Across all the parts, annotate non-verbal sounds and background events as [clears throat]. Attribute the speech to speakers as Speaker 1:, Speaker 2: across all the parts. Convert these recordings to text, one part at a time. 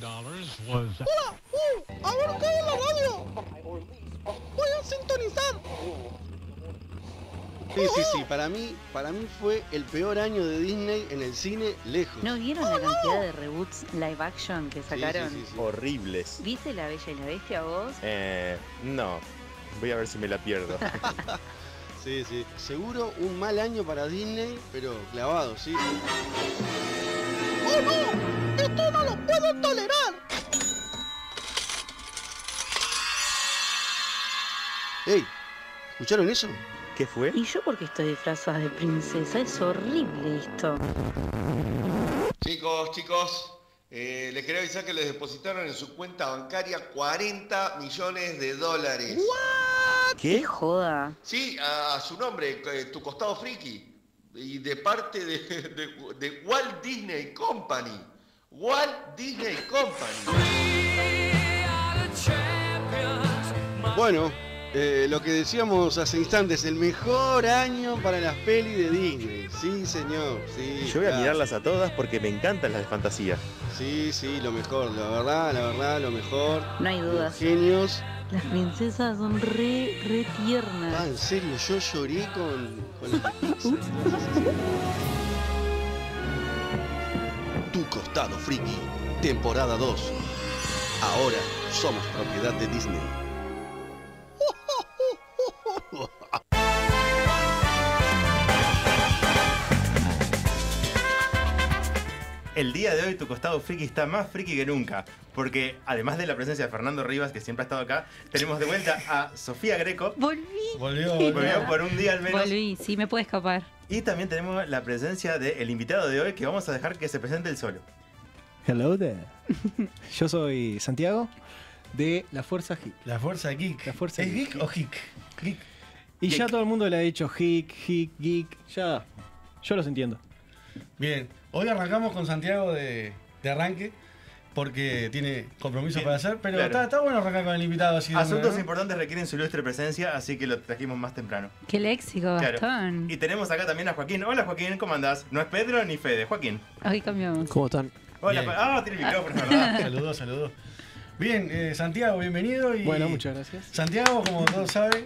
Speaker 1: dollars was
Speaker 2: ¡Hola! ¡Uh! ¡Ahora cae la radio! ¡Voy a sintonizar!
Speaker 3: Sí, sí, sí,
Speaker 4: ¡Oh!
Speaker 3: para mí, para mí fue el peor año de Disney en el cine lejos.
Speaker 4: ¿No vieron la cantidad de reboots live action que
Speaker 3: Sí, sí,
Speaker 4: sacaron?
Speaker 3: sí, sí.
Speaker 5: Horribles.
Speaker 4: ¿Viste La Bella y la Bestia vos?
Speaker 5: Eh, no. Voy a ver si me la pierdo.
Speaker 3: Sí, sí. Seguro un mal año para Disney, pero clavado, sí.
Speaker 2: ¡Oh no! ¡Esto no lo puedo tolerar!
Speaker 3: ¡Ey! ¿Escucharon eso?
Speaker 5: ¿Qué fue?
Speaker 4: ¿Y yo porque estoy disfrazada de princesa? Es horrible esto.
Speaker 6: Chicos, chicos, eh, les quería avisar que les depositaron en su cuenta bancaria 40 millones de dólares.
Speaker 4: ¿Qué
Speaker 5: ¿Qué?
Speaker 4: joda?
Speaker 6: Sí, a, a su nombre, eh, tu costado friki. Y de parte de, de- de Walt Disney Company. Walt Disney Company.
Speaker 3: Bueno, eh, lo que decíamos hace instantes, el mejor año para las pelis de Disney. Sí, señor, sí.
Speaker 5: Yo voy a
Speaker 3: claro.
Speaker 5: mirarlas a todas porque me encantan las de fantasía.
Speaker 3: Sí, sí, lo mejor, la verdad, la verdad, lo mejor.
Speaker 4: No hay dudas.
Speaker 3: Genios.
Speaker 7: Ah.
Speaker 4: Las princesas son re, re
Speaker 3: Ah,
Speaker 4: tiernas.
Speaker 3: en serio, yo lloré con, con las películas. Sí, sí, sí. Tu costado friki, temporada 2. Ahora somos propiedad de Disney.
Speaker 8: El día de hoy tu costado friki está más friki que nunca, porque además de la presencia de Fernando Rivas, que siempre ha estado acá, tenemos de vuelta a Sofía Greco,
Speaker 4: Volví.
Speaker 9: Volvió,
Speaker 8: volvió por un día al menos,
Speaker 4: Volví, sí, me puedo escapar.
Speaker 8: y también tenemos la presencia del invitado de hoy, que vamos a dejar que se presente el solo.
Speaker 10: Hello there. [laughs] Yo soy Santiago de la Fuerza Geek.
Speaker 9: La fuerza geek.
Speaker 10: La fuerza
Speaker 9: ¿Es
Speaker 10: geek.
Speaker 9: geek, o geek? Geek.
Speaker 10: Y
Speaker 8: Geek.
Speaker 10: ya todo el mundo le ha dicho geek, geek, geek. Ya, yo los entiendo.
Speaker 9: Bien, hoy arrancamos con Santiago de, de arranque porque tiene compromiso para hacer, pero
Speaker 8: claro.
Speaker 9: está, está bueno arrancar con el invitado así. de una,
Speaker 8: Asuntos
Speaker 9: ¿no?
Speaker 8: importantes requieren su ilustre presencia, así que lo trajimos más temprano.
Speaker 4: Qué léxico,
Speaker 8: Claro.
Speaker 4: Gastón.
Speaker 8: Y tenemos acá también a Joaquín. Hola Joaquín, ¿cómo andás? No es Pedro ni Fede, Joaquín.
Speaker 4: Hoy cambiamos.
Speaker 10: ¿Cómo están?
Speaker 8: Hola,
Speaker 9: Bien.
Speaker 8: pa- ah, tiene el micrófono,
Speaker 9: [laughs]
Speaker 8: ¿verdad?
Speaker 9: Saludos, saludos. Bien, eh, Santiago, bienvenido. Y
Speaker 10: Bueno, muchas gracias.
Speaker 9: Santiago, como todos saben,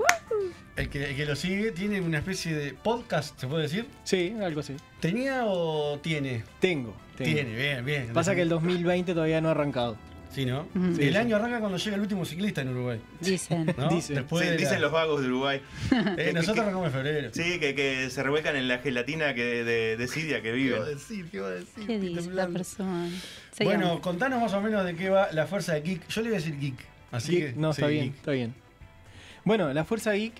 Speaker 9: el que, el que lo sigue tiene una especie de podcast, ¿se puede decir?
Speaker 10: Sí, algo así.
Speaker 9: ¿Tenía o tiene?
Speaker 10: Tengo. tengo.
Speaker 9: Tiene, bien, bien.
Speaker 10: Pasa que el 2020 todavía no ha arrancado.
Speaker 9: Sí, ¿no?
Speaker 4: Mm.
Speaker 9: el año arranca cuando llega el último ciclista en Uruguay.
Speaker 4: Dicen.
Speaker 9: ¿no?
Speaker 10: Dicen.
Speaker 9: Después
Speaker 8: Sí,
Speaker 9: de la-
Speaker 8: dicen los vagos de Uruguay.
Speaker 9: Eh, nosotros arrancamos en febrero.
Speaker 8: Sí, que, que se revuelcan en la gelatina que, de, de Siria que
Speaker 9: ¿Qué iba a
Speaker 8: viven.
Speaker 9: decir? ¿Qué iba a decir?
Speaker 4: ¿Qué
Speaker 9: Estoy
Speaker 4: dice la
Speaker 9: temblando.
Speaker 4: persona? Seguimos.
Speaker 9: Bueno, contanos más o menos de qué va la fuerza de geek. Yo le voy a decir geek. Así
Speaker 10: Geek,
Speaker 9: que,
Speaker 10: no,
Speaker 9: sí,
Speaker 10: está bien,
Speaker 9: geek.
Speaker 10: está bien. Bueno, la Fuerza Geek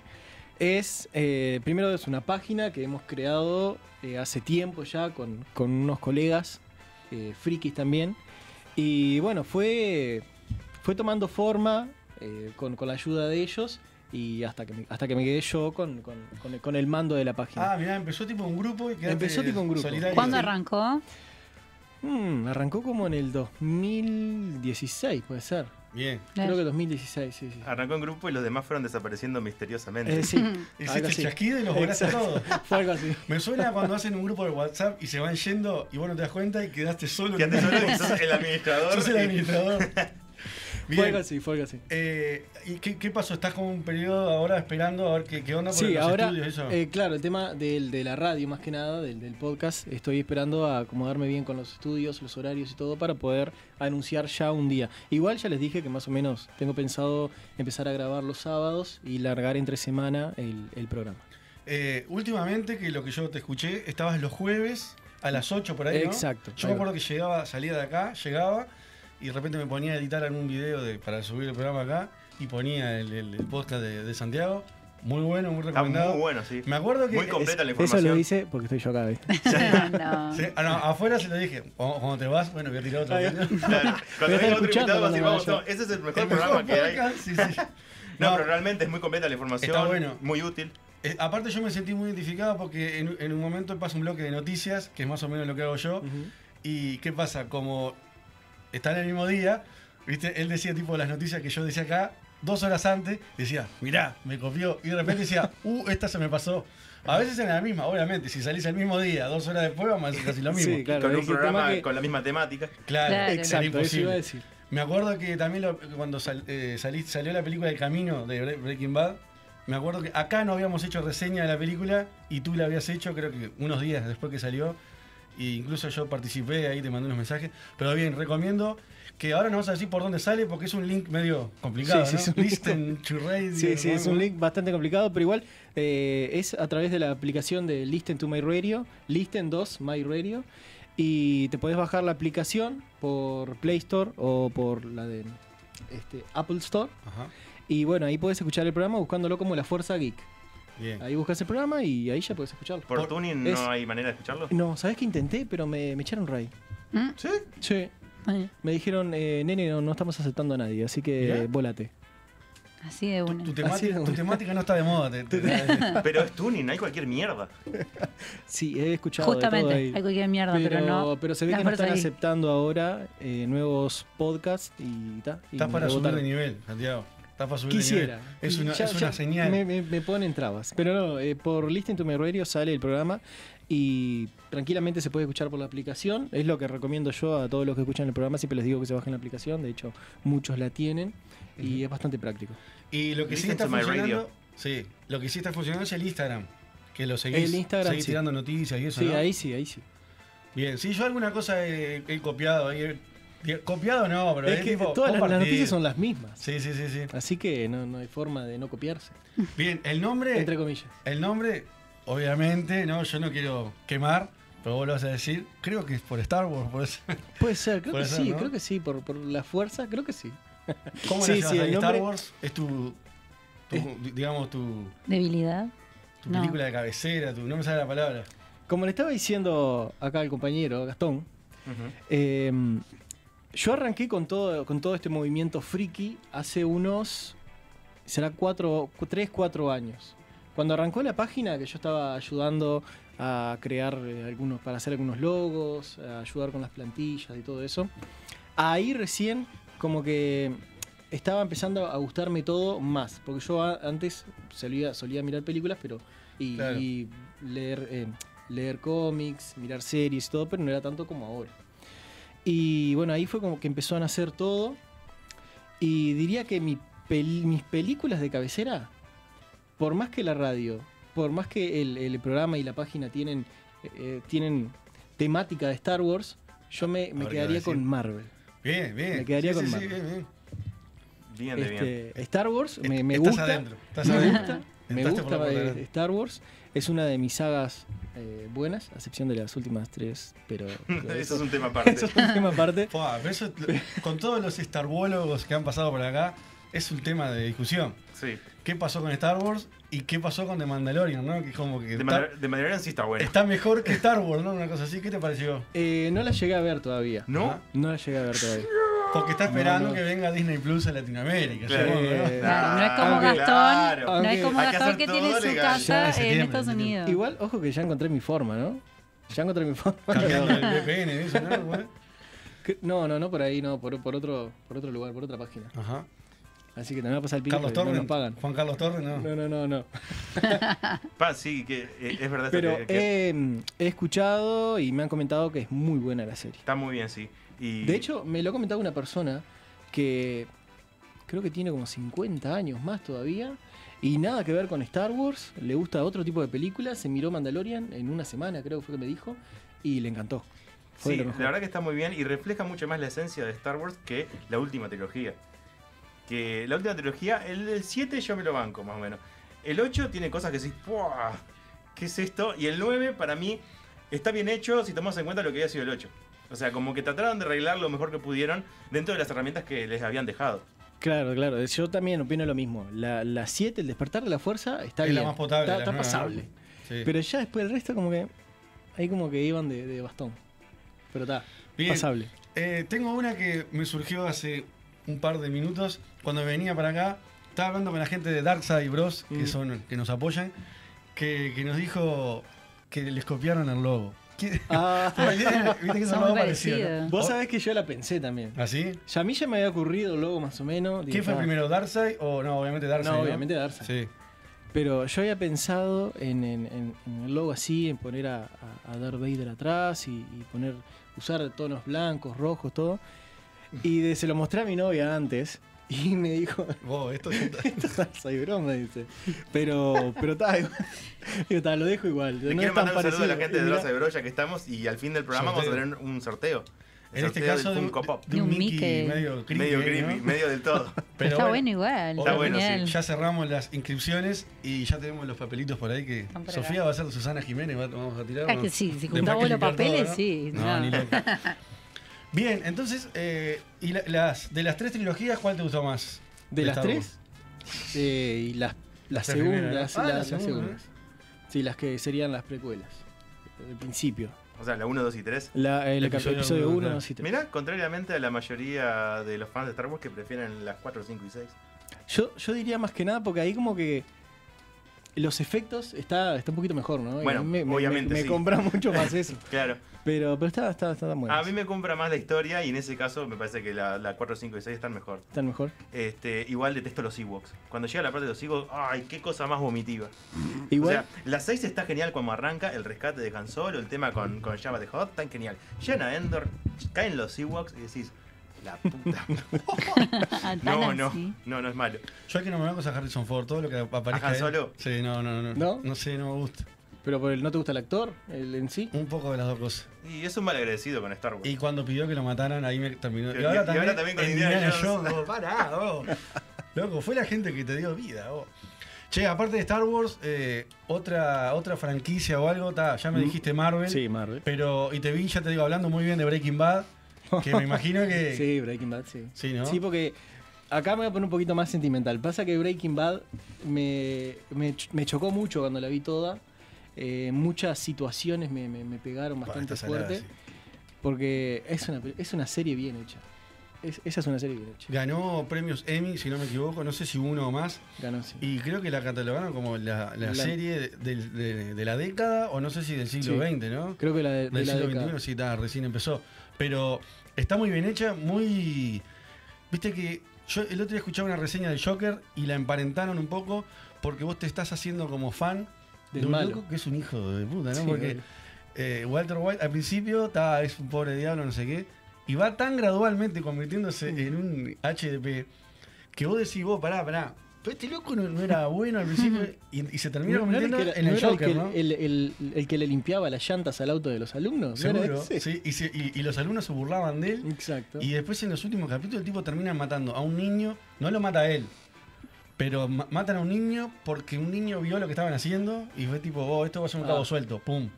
Speaker 10: es, eh, primero es una página que hemos creado eh, hace tiempo ya con, con unos colegas, eh, frikis también. Y bueno, fue, fue tomando forma eh, con, con la ayuda de ellos y hasta que me, hasta que me quedé yo con, con- con el, con el mando de la página.
Speaker 9: Ah, mirá, empezó tipo un grupo y quedaste
Speaker 10: Empezó tipo un grupo.
Speaker 9: solitario.
Speaker 4: ¿Cuándo
Speaker 9: Sí.
Speaker 4: arrancó?
Speaker 10: Mm, arrancó como en el 2016, puede ser.
Speaker 9: Bien.
Speaker 10: Creo que 2016, sí, sí.
Speaker 9: Ah,
Speaker 8: Arrancó en grupo y los demás fueron desapareciendo misteriosamente.
Speaker 10: Eh, sí, algo
Speaker 9: [laughs] Hiciste el
Speaker 10: así.
Speaker 9: chasquido y los volaste a
Speaker 10: Exacto.
Speaker 9: todos.
Speaker 10: [laughs] Fue algo así.
Speaker 9: Me suena cuando hacen un grupo de WhatsApp y se van yendo y vos no te das cuenta y quedaste solo.
Speaker 8: Que antes solo que sos el administrador.
Speaker 9: Sos el
Speaker 10: [laughs]
Speaker 9: administrador.
Speaker 10: Fue algo
Speaker 9: Bien.
Speaker 10: así, fue algo así.
Speaker 9: Eh, ¿Y qué, qué pasó? ¿Estás con un periodo ahora esperando a ver qué, qué onda por
Speaker 10: Sí,
Speaker 9: los
Speaker 10: ahora,
Speaker 9: estudios y eso?
Speaker 10: eh, claro, el tema del, de la radio más que nada, del, del podcast, estoy esperando a acomodarme bien con los estudios, los horarios y todo para poder anunciar ya un día. Igual ya les dije que más o menos tengo pensado empezar a grabar los sábados y largar entre semana el, el programa.
Speaker 9: Eh, últimamente, que lo que yo te escuché, estabas los jueves a las 8 por ahí. ¿no?
Speaker 10: Exacto,
Speaker 9: Yo
Speaker 10: ahí
Speaker 9: me
Speaker 10: va.
Speaker 9: acuerdo que llegaba, salía de acá, llegaba y de repente me ponía a editar algún video de- para subir el programa acá y ponía el, el- el podcast de, de Santiago. Muy bueno, muy
Speaker 8: Está
Speaker 9: recomendado.
Speaker 8: Ah, muy bueno, sí.
Speaker 9: Me acuerdo que. eh,
Speaker 8: Muy completa la
Speaker 10: Eso
Speaker 8: información.
Speaker 10: lo hice porque estoy yo acá, ¿viste?
Speaker 4: [laughs] no.
Speaker 9: Sí, ah, no, afuera se lo dije. "Cuando- Cuando te vas, bueno, voy a tirar otro.
Speaker 10: Ahí va.
Speaker 9: video".
Speaker 8: Claro. Cuando
Speaker 10: Voy a estar
Speaker 8: venga otro
Speaker 10: escuchando
Speaker 8: invitado va a decir,
Speaker 10: cuando
Speaker 8: vamos,
Speaker 10: vaya.
Speaker 8: no, ese es el mejor
Speaker 9: [laughs] El
Speaker 8: programa
Speaker 9: mejor
Speaker 8: que hay.
Speaker 9: podcast, sí,
Speaker 8: [laughs]
Speaker 9: sí.
Speaker 8: No,
Speaker 9: No.
Speaker 8: pero realmente es muy completa la información.
Speaker 9: Está bueno.
Speaker 8: Muy útil.
Speaker 9: Eh, aparte, yo me sentí muy identificado porque en, en un momento pasa un bloque de noticias, que es más o menos lo que hago yo. ¿Y qué pasa? Como está en el mismo día, ¿viste? Él decía tipo las noticias que yo
Speaker 10: [laughs]
Speaker 9: decía acá, dos horas antes, decía, mirá, me copió. Y de repente decía, uh, esta se me pasó. A veces en la misma, obviamente. Si salís el mismo día, dos horas después, vamos a decir casi lo mismo.
Speaker 10: Sí, claro.
Speaker 8: con
Speaker 10: es
Speaker 8: un
Speaker 10: el tema
Speaker 8: programa
Speaker 10: que-
Speaker 8: con la misma temática.
Speaker 9: Claro,
Speaker 4: Claro.
Speaker 9: era
Speaker 10: Exacto, eso iba a
Speaker 9: imposible.
Speaker 10: decir.
Speaker 9: Me acuerdo que también lo- cuando sal- eh, salí- salió la película El Camino de Bre- Breaking Bad, me acuerdo que acá no habíamos hecho reseña de la película y tú la habías hecho creo que unos días después que salió. E incluso yo participé ahí, te mandé unos mensajes. Pero bien, recomiendo que ahora no vas a decir por dónde sale porque es un link medio complicado.
Speaker 10: Sí, sí, es
Speaker 9: ¿no?
Speaker 10: un link-
Speaker 9: Listen to Radio,
Speaker 10: Sí, sí,
Speaker 9: ¿no?
Speaker 10: es un link bastante complicado, pero igual eh, es a través de la aplicación de Listen to My Radio, Listen 2 My Radio, y te podés bajar la aplicación por Play Store o por la de este, Apple Store.
Speaker 9: Ajá,
Speaker 10: Y bueno, ahí podés escuchar el programa buscándolo como La Fuerza Geek.
Speaker 9: bien.
Speaker 10: Ahí buscas el programa y ahí ya podés escucharlo.
Speaker 8: Por,
Speaker 9: Por-
Speaker 8: tuning
Speaker 10: es-
Speaker 8: no hay manera de
Speaker 10: [laughs]
Speaker 8: escucharlo.
Speaker 10: No, sabés que intenté, pero me, me echaron ray.
Speaker 4: ¿Mm?
Speaker 9: ¿Sí?
Speaker 10: Sí.
Speaker 4: Ay,
Speaker 10: Me dijeron, eh, nene, no, no estamos aceptando a nadie, así
Speaker 9: Mirá.
Speaker 10: que volate.
Speaker 4: Así de
Speaker 9: Tu,
Speaker 4: una.
Speaker 9: tu temática-
Speaker 10: Así es,
Speaker 9: tu
Speaker 10: bueno.
Speaker 9: temática no está de moda.
Speaker 10: [laughs]
Speaker 9: te- te-
Speaker 8: Pero es tuning, hay cualquier mierda.
Speaker 10: Sí, he escuchado de todo
Speaker 4: Justamente,
Speaker 10: ahí.
Speaker 4: hay cualquier mierda, pero, no.
Speaker 10: pero se ve
Speaker 4: las
Speaker 10: que no
Speaker 4: fuerzas
Speaker 10: están
Speaker 4: ahí.
Speaker 10: aceptando ahora eh, nuevos podcasts y ta, y
Speaker 9: Estás
Speaker 10: me
Speaker 9: para subir
Speaker 10: rebotaron.
Speaker 9: de nivel, Santiago. Estás para subir
Speaker 10: Quisiera.
Speaker 9: de nivel. Es una,
Speaker 10: Ya-
Speaker 9: es una
Speaker 10: ya
Speaker 9: señal.
Speaker 10: Me, me- me ponen trabas. Pero no, eh, por Listen to My Radio sale el programa y tranquilamente se puede escuchar por la aplicación. Es lo que recomiendo yo a todos los que escuchan el programa. Siempre les digo que se bajen la aplicación. De hecho, muchos la tienen y es bastante práctico.
Speaker 9: Y lo que sí
Speaker 8: Listen
Speaker 9: está
Speaker 8: to my
Speaker 9: funcionando.
Speaker 8: radio.
Speaker 9: Sí, lo que sí está funcionando es el Instagram. Que lo seguís,
Speaker 10: El Instagram,
Speaker 9: seguís
Speaker 10: sí.
Speaker 9: tirando noticias y eso.
Speaker 10: Sí,
Speaker 9: ¿no?
Speaker 10: ahí sí, ahí sí.
Speaker 9: Bien, sí, yo alguna cosa he, he copiado. he- he- copiado no, pero
Speaker 10: es que
Speaker 9: tipo,
Speaker 10: todas las- las,
Speaker 9: compartir.
Speaker 10: noticias son las mismas.
Speaker 9: Sí, sí, sí, sí.
Speaker 10: Así que no, no hay forma de no copiarse.
Speaker 9: Bien, el nombre,
Speaker 10: Entre comillas.
Speaker 9: el nombre, obviamente, no, yo no quiero quemar, pero vos lo vas a decir. Creo que es por Star Wars, por eso. [laughs]
Speaker 10: Puede ser, creo
Speaker 9: Puede
Speaker 10: que
Speaker 9: ser,
Speaker 10: sí,
Speaker 9: ¿no?
Speaker 10: creo que sí, por, por la fuerza, creo que sí.
Speaker 9: ¿Cómo
Speaker 10: Sí,
Speaker 9: la llevas
Speaker 10: sí, el
Speaker 9: ahí?
Speaker 10: nombre-
Speaker 9: Star Wars es tu, tu- digamos, tu,
Speaker 4: Debilidad.
Speaker 9: tu
Speaker 4: No.
Speaker 9: película de cabecera, tu, no me sale la palabra.
Speaker 10: Como le estaba diciendo acá al compañero Gastón, eh, yo arranqué con todo, con todo este movimiento friki hace unos, será 4, 3, 4 años. Cuando arrancó la página, que yo estaba ayudando a crear eh, algunos, para hacer algunos logos, a ayudar con las plantillas y todo eso, ahí recién como que estaba empezando a gustarme todo más, porque yo a- antes solía, solía mirar películas, pero y,
Speaker 9: Claro.
Speaker 10: y leer, eh, leer cómics, mirar series y todo, pero no era tanto como ahora. Y bueno, ahí fue como que empezó a nacer todo. Y diría que mi pel- mis películas de cabecera, por más que la radio, por más que el, el programa y la página tienen, eh, eh, tienen temática de Star Wars, yo me,
Speaker 9: Habría
Speaker 10: me
Speaker 9: que
Speaker 10: quedaría
Speaker 9: decir.
Speaker 10: con Marvel.
Speaker 9: Bien, bien.
Speaker 10: Me quedaría
Speaker 9: Sí,
Speaker 10: con
Speaker 9: sí,
Speaker 10: Marvel.
Speaker 9: sí, bien, bien.
Speaker 8: Bien, de bien.
Speaker 10: Este, Star Wars me, me
Speaker 9: estás
Speaker 10: gusta.
Speaker 9: adentro. Estás
Speaker 10: Me
Speaker 9: adentro.
Speaker 10: gusta, me
Speaker 9: Entraste
Speaker 10: gusta
Speaker 9: por la puerta
Speaker 10: eh,
Speaker 9: grande.
Speaker 10: Star Wars. Es una de mis sagas eh, buenas, a excepción de las últimas tres,
Speaker 9: [laughs]
Speaker 10: pero,
Speaker 8: [laughs]
Speaker 10: pero
Speaker 8: Eso
Speaker 10: eso,
Speaker 8: es un tema aparte.
Speaker 10: Este, [laughs] eso es un tema aparte.
Speaker 9: Fua, pero eso- con todos los starbuólogos que han pasado por acá, es un tema de discusión.
Speaker 8: Sí.
Speaker 9: ¿Qué pasó con Star Wars y qué pasó con The Mandalorian? ¿no? Que es como que
Speaker 8: De,
Speaker 9: está,
Speaker 8: Mandal- de Mandalorian sí está bueno.
Speaker 9: está mejor que Star Wars, ¿no? Una cosa así. ¿Qué te pareció?
Speaker 10: Eh, no la llegué a ver todavía.
Speaker 8: ¿No?
Speaker 10: No la llegué a ver todavía.
Speaker 9: Porque está esperando
Speaker 10: no.
Speaker 9: que venga Disney Plus a Latinoamérica.
Speaker 8: Claro.
Speaker 9: supongo, ¿no?
Speaker 10: Eh,
Speaker 4: Claro, no es como
Speaker 10: aunque-
Speaker 4: Gastón,
Speaker 8: claro.
Speaker 4: no
Speaker 10: aunque-
Speaker 4: es como
Speaker 8: Hay que
Speaker 4: Gastón
Speaker 8: hacer
Speaker 4: que
Speaker 8: todo
Speaker 4: tiene su
Speaker 8: legal.
Speaker 9: Ya,
Speaker 4: casa
Speaker 9: en
Speaker 4: en
Speaker 9: septiembre,
Speaker 4: Estados
Speaker 9: en septiembre.
Speaker 4: Unidos.
Speaker 10: Igual, ojo que ya encontré mi forma, ¿no? Ya encontré mi [laughs] forma.
Speaker 9: Cambiando el VPN, eso, ¿no? Bueno.
Speaker 10: Que- No, no, no, por ahí no, por, por otro, por otro lugar, por otra página.
Speaker 9: Ajá.
Speaker 10: Así que también va a pasar el pico,
Speaker 9: Carlos
Speaker 10: no
Speaker 9: Torres.
Speaker 10: nos pagan.
Speaker 9: Juan Carlos Torres, no.
Speaker 10: No, no,
Speaker 8: [laughs]
Speaker 10: no, no.
Speaker 8: Pa, sí, que eh, es verdad. esto
Speaker 10: Pero
Speaker 8: que- que
Speaker 10: he, he escuchado y me han comentado que es muy buena la serie.
Speaker 8: Está muy bien, sí. Y
Speaker 10: De hecho, me lo ha comentado una persona que creo que tiene como 50 años más todavía y nada que ver con Star Wars, le gusta otro tipo de películas, se miró Mandalorian en una semana, creo que fue que me dijo, y le encantó. Fue
Speaker 8: sí,
Speaker 10: lo
Speaker 8: la
Speaker 10: mejor.
Speaker 8: verdad que está muy bien y refleja mucho más la esencia de Star Wars que la última trilogía. Que la última trilogía, el, el 7 yo me lo banco más o menos. El 8 tiene cosas que decís, "Puah, ¿qué es esto? Y el 9 para mí está bien hecho si tomamos en cuenta lo que había sido el 8. O sea, como que trataron de arreglar lo mejor que pudieron dentro de las herramientas que les habían dejado.
Speaker 10: Claro, claro, yo también opino lo mismo. La la 7, el despertar de la fuerza, está
Speaker 9: es
Speaker 10: bien.
Speaker 9: la más potable.
Speaker 10: está
Speaker 9: de las
Speaker 10: está
Speaker 9: nuevas, ¿no?
Speaker 10: pasable.
Speaker 9: Sí.
Speaker 10: Pero ya después el resto como que ahí como que iban de, de bastón. Pero está,
Speaker 9: Bien.
Speaker 10: pasable.
Speaker 9: Eh, tengo una que me surgió hace un par de minutos cuando venía para acá. Estaba hablando con la gente de Darkside Bros, que,
Speaker 10: Mm.
Speaker 9: son, que nos apoyan, que, que nos dijo que les copiaron el logo. ¿Qué? [laughs]
Speaker 10: Ah,
Speaker 9: Viste que es un
Speaker 4: Son
Speaker 9: logo
Speaker 4: muy
Speaker 9: parecido. Oh,
Speaker 4: parecidos.
Speaker 10: [laughs] vos sabés que yo la pensé también.
Speaker 9: ¿Así?
Speaker 10: Ya a mí ya me había ocurrido luego más o menos.
Speaker 9: ¿Quién
Speaker 10: Dije,
Speaker 9: fue
Speaker 10: ah,
Speaker 9: primero, Darkseid o no? Obviamente Darkseid.
Speaker 10: No, obviamente Darkseid.
Speaker 9: Sí.
Speaker 10: Pero yo había pensado en, en- en- en el logo así, en poner a, a- a Darth Vader atrás y, y poner, usar tonos blancos, rojos, todo.
Speaker 9: Mm.
Speaker 10: Y de- se lo mostré a mi novia antes [laughs] y me dijo,
Speaker 9: Vos,
Speaker 8: [laughs]
Speaker 9: esto ya está-
Speaker 10: esto es [laughs] salsa y broma, dice. Pero, pero está, digo, [laughs] digo, "Ta, lo dejo igual.
Speaker 8: Le quiero
Speaker 10: no es tan
Speaker 8: mandar un saludo a la
Speaker 10: parecido".
Speaker 8: gente de
Speaker 10: Y mirá,
Speaker 8: Drosa de Broya que estamos y al fin del programa
Speaker 9: Sorteo.
Speaker 8: vamos a tener un sorteo. El
Speaker 9: En este
Speaker 8: sorteo del
Speaker 9: caso, de un,
Speaker 8: Funko Pop.
Speaker 9: de un
Speaker 7: De un
Speaker 9: Mickey
Speaker 7: Mickey.
Speaker 9: medio creepy. ¿eh?
Speaker 8: medio
Speaker 9: ¿no?
Speaker 8: creepy, medio del
Speaker 9: [laughs]
Speaker 8: todo.
Speaker 9: Pero
Speaker 7: está bueno, igual.
Speaker 8: Está bueno, sí.
Speaker 7: genial. [laughs]
Speaker 9: Ya cerramos las inscripciones y ya tenemos los papelitos por ahí que
Speaker 7: Están por
Speaker 9: Sofía
Speaker 7: acá.
Speaker 9: va a ser Susana Jiménez, va- vamos a tirar.
Speaker 7: Ah,
Speaker 9: ¿no?
Speaker 7: que sí, si
Speaker 9: Después
Speaker 7: juntás
Speaker 9: que
Speaker 7: vos los
Speaker 9: limpiar todo,
Speaker 7: papeles,
Speaker 9: ¿no?
Speaker 7: sí,
Speaker 9: No,
Speaker 7: no. [laughs]
Speaker 9: ni loca. Bien, entonces, eh, y la- las, de las tres trilogías, ¿cuál te gustó más?
Speaker 10: ¿De las
Speaker 9: Star
Speaker 10: tres? Eh, y las, las
Speaker 9: La primera, ¿no?
Speaker 10: segundas.
Speaker 9: Ah, la
Speaker 10: las, las
Speaker 9: segunda,
Speaker 10: segundas. Sí, las que serían las precuelas. Del principio.
Speaker 8: O sea, la 1, 2 y 3.
Speaker 10: La, el
Speaker 9: Episodio
Speaker 10: episodio
Speaker 9: uno,
Speaker 10: 1,
Speaker 9: claro.
Speaker 10: 2 y 3.
Speaker 8: Mirá, contrariamente a la mayoría de los fans de Star Wars que prefieren las 4, 5 y 6.
Speaker 10: Yo, yo diría más que nada porque ahí como que los efectos está, está un poquito mejor, ¿no? Y
Speaker 8: Bueno,
Speaker 10: a mí me, me-
Speaker 8: obviamente
Speaker 10: Me, me
Speaker 8: sí.
Speaker 10: compra mucho
Speaker 8: [laughs]
Speaker 10: más eso.
Speaker 8: Claro.
Speaker 10: Pero, pero está, está, está tan bueno.
Speaker 8: A mí me compra más la historia y en ese caso me parece que la, la 4, 5 y 6 están mejor.
Speaker 10: Están mejor.
Speaker 8: Este, igual detesto los Ewoks. Cuando llega la parte de los Ewoks, ¡ay, qué cosa más vomitiva!
Speaker 10: Igual,
Speaker 8: O sea, la 6 está genial cuando arranca, el rescate de Han Solo, el tema con, con Jabba de Hot, tan genial. Llegan a Endor, caen los Ewoks y decís, la
Speaker 9: [laughs]
Speaker 8: puta.
Speaker 7: Ah, tan
Speaker 8: No, no,
Speaker 7: así.
Speaker 8: no, no es malo.
Speaker 9: Yo hay que nombrarnos a Harrison Ford, todo lo que aparezca.
Speaker 8: ¿A Han
Speaker 9: él-
Speaker 8: Solo?
Speaker 9: Sí, no, no, no.
Speaker 10: ¿No?
Speaker 9: sé, no me gusta.
Speaker 10: pero por el, ¿no te gusta el actor el, en sí?
Speaker 9: Un poco de las dos cosas.
Speaker 8: Y es un mal agradecido con Star Wars.
Speaker 9: Y cuando pidió que lo mataran, ahí me terminó.
Speaker 8: Y- y- y ahora también con
Speaker 9: en
Speaker 8: Indiana Jones. [laughs]
Speaker 9: vos, pará, vos. Loco, fue la gente que te dio vida, vos. Che, aparte de Star Wars, eh, otra, otra franquicia o algo, ta, ya me
Speaker 10: Mm.
Speaker 9: dijiste Marvel.
Speaker 10: Marvel.
Speaker 9: Pero, y te vi, ya te digo, hablando muy bien de Breaking Bad, que
Speaker 10: [laughs]
Speaker 9: me imagino que...
Speaker 10: Sí, Breaking Bad, sí.
Speaker 9: Sí, ¿no?
Speaker 10: Sí, porque acá me voy a poner un poquito más sentimental. Pasa que Breaking Bad me, me, ch- me chocó mucho cuando la vi toda. Eh, muchas situaciones me, me- me pegaron
Speaker 9: Bah,
Speaker 10: bastante
Speaker 9: está salada,
Speaker 10: fuerte. Porque es una, pe- es una serie bien hecha. Es- esa es una serie bien
Speaker 9: sí.
Speaker 10: hecha.
Speaker 9: Ganó premios Emmy, si no me equivoco, no sé si uno o más,
Speaker 10: Ganó, sí.
Speaker 9: y creo que la catalogaron como la, la
Speaker 10: La-
Speaker 9: serie de, del- de- de la década, o no sé si del siglo
Speaker 10: Sí.
Speaker 9: XX, ¿no?
Speaker 10: Creo que la de, de
Speaker 9: Del
Speaker 10: la
Speaker 9: siglo
Speaker 10: década.
Speaker 9: XXI, sí, está, recién empezó. Pero está muy bien hecha, muy... Viste que yo el otro día escuchaba una reseña del Joker y la emparentaron un poco porque vos te estás haciendo como fan
Speaker 10: Del
Speaker 9: de un
Speaker 10: malo.
Speaker 9: loco que es un hijo de puta, ¿no?
Speaker 10: Sí,
Speaker 9: porque
Speaker 10: obvio.
Speaker 9: eh, Walter White al principio ta, es un pobre diablo, no sé qué, y va tan gradualmente convirtiéndose en un HDP que vos decís, vos, pará, pará, pero este loco no, no era bueno al
Speaker 10: [laughs]
Speaker 9: principio y, y se termina
Speaker 10: ¿No era el
Speaker 9: convirtiendo
Speaker 10: que-
Speaker 9: en
Speaker 10: no
Speaker 9: el
Speaker 10: era el
Speaker 9: Joker,
Speaker 10: que-
Speaker 9: ¿no?
Speaker 10: el- el- el que le limpiaba las llantas al auto de los alumnos. ¿No era
Speaker 9: Seguro,
Speaker 10: ese?
Speaker 9: sí, y, se- y- y los alumnos se burlaban de él.
Speaker 10: Exacto.
Speaker 9: Y después en los últimos capítulos el tipo termina matando a un niño, no lo mata a él, pero ma- matan a un niño porque un niño vio lo que estaban haciendo y fue tipo, oh, esto va a ser un cabo
Speaker 10: Ah.
Speaker 9: suelto, pum.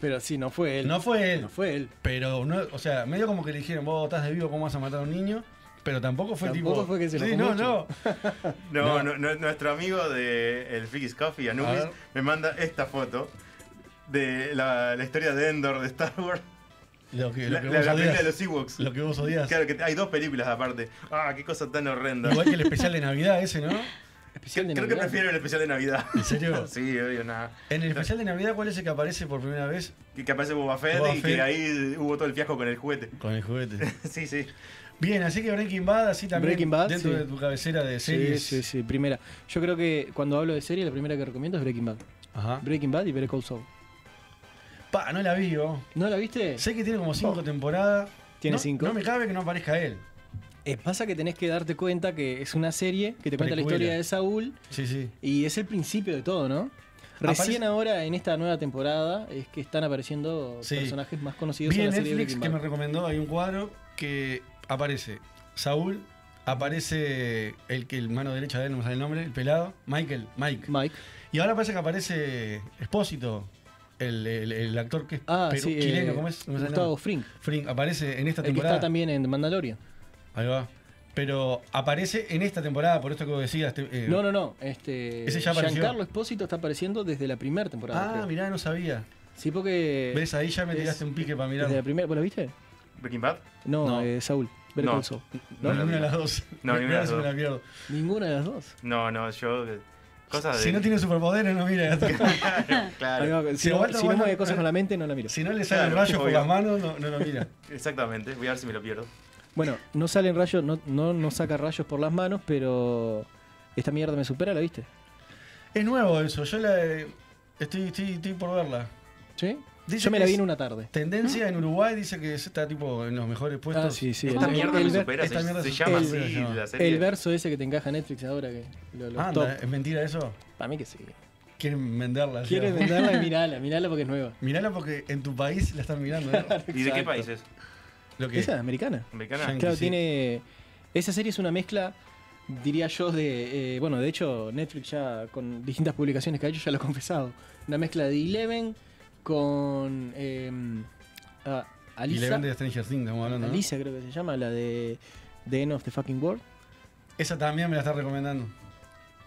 Speaker 10: Pero sí, no fue él.
Speaker 9: No fue él,
Speaker 10: No fue él.
Speaker 9: pero no, o sea, medio como que le dijeron, vos estás de vivo, ¿cómo vas a matar a un niño? Pero tampoco fue
Speaker 10: Tampoco
Speaker 9: tipo.
Speaker 10: fue que se
Speaker 9: sí,
Speaker 10: enojó
Speaker 9: no,
Speaker 10: mucho.
Speaker 9: no.
Speaker 8: No, no, no, nuestro amigo de el Freaky's Coffee,
Speaker 9: A
Speaker 8: Anubis,
Speaker 9: ver.
Speaker 8: me manda esta foto de la, la historia de Endor de Star Wars.
Speaker 9: Lo que, lo
Speaker 8: La,
Speaker 9: que
Speaker 8: la-
Speaker 9: vos
Speaker 8: la película
Speaker 9: odias.
Speaker 8: de los Ewoks.
Speaker 9: Lo que vos odias.
Speaker 8: Claro que hay dos películas aparte. Ah, qué cosa tan horrenda.
Speaker 9: Igual que el especial de Navidad ese, ¿no?
Speaker 10: Especial
Speaker 8: Creo,
Speaker 10: de
Speaker 8: creo que
Speaker 10: Navidad.
Speaker 8: prefiero el especial de Navidad.
Speaker 9: ¿En serio?
Speaker 8: [laughs] Sí, obvio, nada.
Speaker 9: En el especial de Navidad, ¿cuál es el que aparece por primera vez?
Speaker 8: Que, que aparece Boba Fett
Speaker 9: Boba
Speaker 8: y
Speaker 9: Fett.
Speaker 8: que ahí hubo todo el fiasco con el juguete. [laughs]
Speaker 9: Con el juguete.
Speaker 8: Sí, sí.
Speaker 9: Bien, así que Breaking Bad, así también.
Speaker 10: Breaking Bad,
Speaker 9: dentro
Speaker 10: sí.
Speaker 9: de tu cabecera de
Speaker 10: Sí,
Speaker 9: series.
Speaker 10: sí, sí, primera. Yo creo que cuando hablo de serie, la primera que recomiendo es Breaking Bad.
Speaker 9: Ajá.
Speaker 10: Breaking Bad y Better Call Saul.
Speaker 9: Pa, no la vi, vos.
Speaker 10: ¿No la viste?
Speaker 9: Sé que tiene como cinco temporadas.
Speaker 10: Oh. Tiene
Speaker 9: No-
Speaker 10: cinco.
Speaker 9: No me cabe que no aparezca él.
Speaker 10: Eh, pasa que tenés que darte cuenta que es una serie que te cuenta
Speaker 9: Precuela.
Speaker 10: la historia de Saúl
Speaker 9: Sí, sí.
Speaker 10: y es el principio de todo, ¿no? Recién ahora, en esta nueva temporada, es que están apareciendo
Speaker 9: Sí.
Speaker 10: personajes más conocidos
Speaker 9: Vi
Speaker 10: en
Speaker 9: en
Speaker 10: la serie
Speaker 9: Netflix
Speaker 10: de
Speaker 9: que me
Speaker 10: Breaking Bad.
Speaker 9: recomendó, hay un cuadro que aparece Saúl, aparece el que el mano derecha de él, no me sale el nombre, el pelado, Michael, Mike.
Speaker 10: Mike.
Speaker 9: Y ahora parece que aparece Espósito, el, el- el actor que es
Speaker 10: Ah,
Speaker 9: peru-
Speaker 10: sí. eh,
Speaker 9: chileno, ¿cómo es? No me sale el
Speaker 10: Gustavo
Speaker 9: nombre.
Speaker 10: Frink.
Speaker 9: Fring, aparece en esta
Speaker 10: El que está
Speaker 9: temporada.
Speaker 10: también en The Mandalorian.
Speaker 9: Ahí va. Pero aparece en esta temporada, por esto que vos decías. te- eh,
Speaker 10: No, no, no. Este,
Speaker 9: Ese ya apareció.
Speaker 10: Giancarlo Espósito está apareciendo desde la primera temporada.
Speaker 9: Ah,
Speaker 10: creo.
Speaker 9: mirá, no sabía.
Speaker 10: Sí, porque.
Speaker 9: ¿Ves? Ahí ya me
Speaker 10: Eh, es-
Speaker 9: tiraste un pique para mirar.
Speaker 10: Desde la primera, ¿Vos la viste?
Speaker 8: Breaking Bad.
Speaker 10: No,
Speaker 9: No.
Speaker 10: eh, Saúl. Better
Speaker 8: No.
Speaker 10: Call Saul.
Speaker 8: No,
Speaker 9: ninguna
Speaker 8: no,
Speaker 9: de las dos.
Speaker 8: No,
Speaker 9: Me-
Speaker 8: ninguna
Speaker 9: me
Speaker 8: de las
Speaker 9: hace
Speaker 8: dos.
Speaker 9: una pierdo.
Speaker 10: Ninguna de las dos.
Speaker 8: No, no, yo. eh, Cosas de.
Speaker 9: Si no tiene superpoderes, no mira.
Speaker 8: [laughs] Claro, claro.
Speaker 10: Ahí va,
Speaker 9: Si
Speaker 10: si,
Speaker 9: aguanta,
Speaker 10: Ah, no, si no
Speaker 9: aguanta.
Speaker 10: mueve cosas con la mente, no la miro.
Speaker 9: Si no le sale el
Speaker 8: Claro,
Speaker 9: rayo por
Speaker 8: obvio.
Speaker 9: las manos, no, no lo mira.
Speaker 8: Exactamente. Voy a ver si me lo pierdo.
Speaker 10: Bueno, no salen rayos, no, no, no saca rayos por las manos, pero esta mierda me supera, ¿la viste?
Speaker 9: Es nuevo eso, yo la eh, estoy, estoy, estoy por verla.
Speaker 10: ¿Sí?
Speaker 9: Dice
Speaker 10: Yo me la
Speaker 9: que
Speaker 10: vi
Speaker 9: es-
Speaker 10: en una tarde.
Speaker 9: Tendencia en Uruguay dice que está tipo en los mejores puestos.
Speaker 10: Ah, sí, sí.
Speaker 8: Esta
Speaker 10: el-
Speaker 8: mierda me
Speaker 10: el-
Speaker 8: supera,
Speaker 9: esta
Speaker 8: se,
Speaker 9: mierda
Speaker 8: se
Speaker 9: se
Speaker 8: llama
Speaker 10: supera,
Speaker 8: así
Speaker 9: se llama.
Speaker 8: la serie.
Speaker 10: El verso ese que te encaja Netflix ahora que lo, los
Speaker 9: Ah,
Speaker 10: top.
Speaker 9: anda, ¿es mentira eso?
Speaker 10: Para mí que sí.
Speaker 9: Quieren venderla. o sea.
Speaker 10: ¿Quieres venderla? [laughs] Mirala, mirala porque es nueva.
Speaker 9: Mirala porque en tu país la están mirando. ¿eh?
Speaker 10: [laughs]
Speaker 8: ¿Y de qué
Speaker 10: Exacto.
Speaker 8: país es?
Speaker 9: Lo que
Speaker 10: Esa es americana.
Speaker 8: ¿Americana?
Speaker 9: Yankee,
Speaker 10: Claro,
Speaker 9: sí.
Speaker 10: tiene. Esa serie es una mezcla, diría yo, de. eh, bueno, de hecho, Netflix ya con distintas publicaciones que ha hecho ya lo ha confesado. Una mezcla de Eleven con. eh, ah,
Speaker 9: Y le
Speaker 10: Alisa.
Speaker 9: vende Stranger Things, estamos hablando. ¿no?
Speaker 10: Alisa, creo que se llama, la de. The End of the Fucking World.
Speaker 9: Esa también me la está recomendando.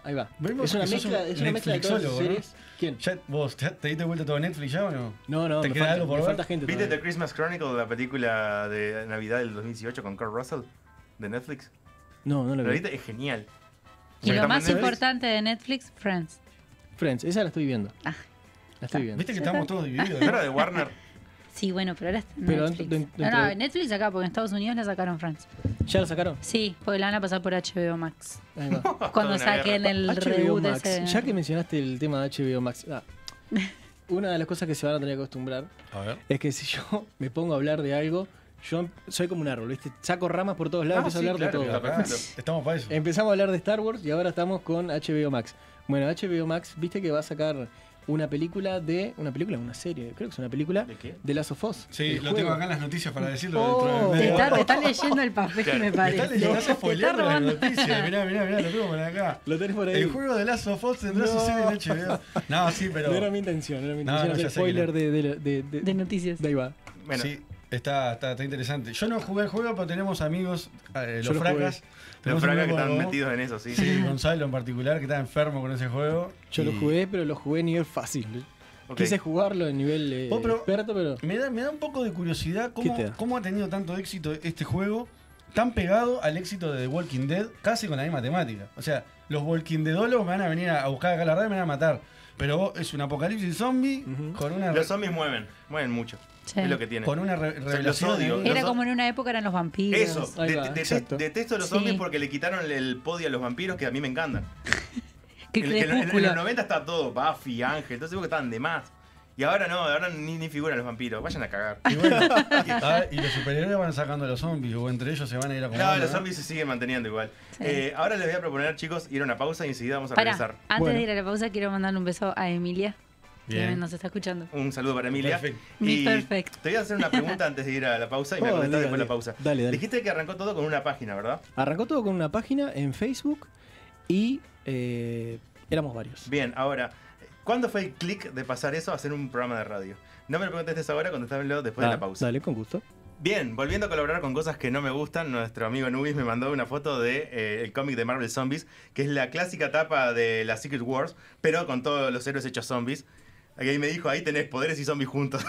Speaker 10: Ahí va.
Speaker 9: Vemos
Speaker 10: Es una,
Speaker 9: que sos
Speaker 10: mezcla,
Speaker 9: un
Speaker 10: es una mezcla de todas las
Speaker 9: Netflixólogo, ¿no?
Speaker 10: series. ¿Quién?
Speaker 9: Ya, ¿Vos ya te diste vuelta todo Netflix ya o no?
Speaker 10: No, no,
Speaker 9: ¿Te
Speaker 10: me
Speaker 9: queda
Speaker 10: falta,
Speaker 9: algo por
Speaker 10: me
Speaker 9: ver?
Speaker 10: falta gente.
Speaker 8: ¿Viste
Speaker 10: todavía.
Speaker 8: The Christmas Chronicle, la película de Navidad del 2018 con Kurt Russell? De Netflix.
Speaker 10: No, no
Speaker 8: La
Speaker 10: lo vi.
Speaker 8: verdad es genial.
Speaker 7: Y lo
Speaker 8: ¿Estamos
Speaker 7: más
Speaker 8: en Netflix?
Speaker 7: importante de Netflix, Friends.
Speaker 10: Friends, esa la estoy viendo.
Speaker 7: Ah.
Speaker 10: La estoy viendo.
Speaker 9: Viste que estábamos todos divididos. ¿eh? ¿no?
Speaker 8: ¿No [laughs] era
Speaker 9: [laughs]
Speaker 8: de Warner?
Speaker 7: Sí, bueno, pero ahora está en
Speaker 10: Pero
Speaker 7: Netflix.
Speaker 10: dentro-
Speaker 7: no,
Speaker 10: dentro
Speaker 7: no,
Speaker 10: de-
Speaker 7: Netflix acá, porque en Estados Unidos la sacaron Friends.
Speaker 10: ¿Ya la sacaron?
Speaker 7: Sí, porque la van a pasar por HBO Max.
Speaker 10: Ahí va.
Speaker 9: [laughs]
Speaker 7: Cuando
Speaker 8: una
Speaker 7: saquen
Speaker 8: guerra.
Speaker 7: el
Speaker 10: HBO
Speaker 7: reboot
Speaker 10: Max.
Speaker 7: ese.
Speaker 10: Ya que mencionaste el tema de HBO Max, ah, una de las cosas que se van a tener que acostumbrar
Speaker 9: A ver.
Speaker 10: es que si yo [laughs] me pongo a hablar de algo, yo em, soy como un árbol, ¿viste? Saco ramas por todos lados,
Speaker 8: Ah,
Speaker 10: empiezo
Speaker 8: sí,
Speaker 10: a hablar
Speaker 8: claro,
Speaker 10: de
Speaker 8: está
Speaker 10: todo.
Speaker 9: Ah,
Speaker 8: perfecto.
Speaker 9: Estamos para eso.
Speaker 10: Empezamos a hablar de Star Wars y ahora estamos con HBO Max. Bueno, HBO Max, viste que va a sacar una película de. Una película, una serie, creo que es una película.
Speaker 8: ¿De qué?
Speaker 10: De Last of Us.
Speaker 9: Sí,
Speaker 10: el
Speaker 9: lo
Speaker 10: juego.
Speaker 9: tengo acá en las noticias para decirlo
Speaker 10: Oh,
Speaker 9: dentro
Speaker 10: te
Speaker 9: de
Speaker 7: Te está,
Speaker 9: media
Speaker 7: te
Speaker 9: hora.
Speaker 7: está leyendo el papel,
Speaker 8: Claro.
Speaker 7: me
Speaker 9: [laughs] Me está-
Speaker 7: parece.
Speaker 9: le estás espoleando las
Speaker 7: robando.
Speaker 9: noticias. Mirá, mirá, mirá, lo tengo por acá.
Speaker 10: Lo tenés por ahí.
Speaker 9: El juego de Last of Us tendrá su
Speaker 10: No.
Speaker 9: serie en HBO. No, sí, pero.
Speaker 10: No era mi intención, no era mi
Speaker 9: No,
Speaker 10: intención.
Speaker 9: no,
Speaker 10: hacer
Speaker 9: ya sé que
Speaker 10: spoiler
Speaker 9: no.
Speaker 10: de, de, de, de-
Speaker 7: De noticias.
Speaker 10: de ahí va.
Speaker 8: Bueno,
Speaker 9: Sí, está, está, está interesante. Yo no jugué el juego, pero tenemos amigos, eh,
Speaker 10: Yo
Speaker 9: los
Speaker 10: lo
Speaker 9: fracas.
Speaker 8: los
Speaker 9: Tenemos un
Speaker 8: fracas que
Speaker 9: grupo de
Speaker 8: están
Speaker 9: amigos.
Speaker 8: metidos en eso, sí.
Speaker 9: Sí, Gonzalo en particular, que está enfermo con ese juego.
Speaker 10: Yo lo
Speaker 9: Y-
Speaker 10: jugué, pero lo jugué a nivel fácil.
Speaker 8: Ok.
Speaker 10: Quise jugarlo a nivel eh,
Speaker 9: Oh, pero-
Speaker 10: experto, pero.
Speaker 9: Me da, me da un poco de curiosidad cómo,
Speaker 10: ¿Qué te da?
Speaker 9: cómo ha tenido tanto éxito este juego, tan pegado al éxito de The Walking Dead, casi con la misma temática. O sea, los Walking Deadólogos me van a venir a a buscar acá a la red y me van a matar. Pero vos- es un apocalipsis zombie
Speaker 10: Ujú.
Speaker 9: con una,
Speaker 8: Los zombies mueven, mueven mucho.
Speaker 7: Sí.
Speaker 8: Es lo que tiene.
Speaker 9: con una re- ¿eh?
Speaker 8: los
Speaker 9: revelación. de-
Speaker 8: odio.
Speaker 7: Era
Speaker 8: Los-
Speaker 7: como en una época eran los vampiros.
Speaker 8: Eso,
Speaker 10: Ahí
Speaker 8: de-
Speaker 10: va,
Speaker 8: de-
Speaker 10: exacto.
Speaker 8: detesto a los
Speaker 7: Sí.
Speaker 8: zombies porque le quitaron el- el podio a los vampiros que a mí me encantan.
Speaker 7: Qué
Speaker 8: En- en- en, en los
Speaker 7: crepúsculo.
Speaker 8: 90 está todo Buffy, Ángel, entonces vos que estaban de más. Y ahora no, ahora ni, ni figuran los vampiros, vayan a cagar.
Speaker 9: Y bueno,
Speaker 8: [laughs]
Speaker 9: ah, y los superhéroes van sacando a los zombies, o entre ellos se van a ir a comer.
Speaker 8: Claro, los zombies se siguen manteniendo igual.
Speaker 7: Sí.
Speaker 8: Eh, ahora les voy a proponer, chicos, ir a una pausa y enseguida vamos a
Speaker 7: Pará,
Speaker 8: regresar.
Speaker 7: antes
Speaker 10: Bueno.
Speaker 7: de ir a la pausa quiero mandarle un beso a Emilia, que
Speaker 9: Bien.
Speaker 7: nos está escuchando.
Speaker 8: Un saludo para Emilia.
Speaker 9: Perfecto.
Speaker 7: Mi
Speaker 8: Y
Speaker 7: perfecto.
Speaker 8: Te voy a hacer una pregunta antes de ir a la pausa y me
Speaker 10: Oh,
Speaker 8: contestás
Speaker 10: dale,
Speaker 8: después de la
Speaker 10: dale.
Speaker 8: pausa.
Speaker 10: Dale, dale.
Speaker 8: Dijiste que arrancó todo con una página, ¿verdad?
Speaker 10: Arrancó todo con una página en Facebook y eh, éramos varios.
Speaker 8: Bien, ahora, ¿cuándo fue el click de pasar eso a hacer un programa de radio? No me lo contestes ahora, contéstamelo después de
Speaker 10: Ah,
Speaker 8: la pausa.
Speaker 10: Dale, con gusto.
Speaker 8: Bien, volviendo a colaborar con cosas que no me gustan, nuestro amigo Nubis me mandó una foto de eh, el cómic de Marvel Zombies, que es la clásica tapa de la Secret Wars, pero con todos los héroes hechos zombies. Ahí me dijo, ahí tenés poderes y zombies juntos.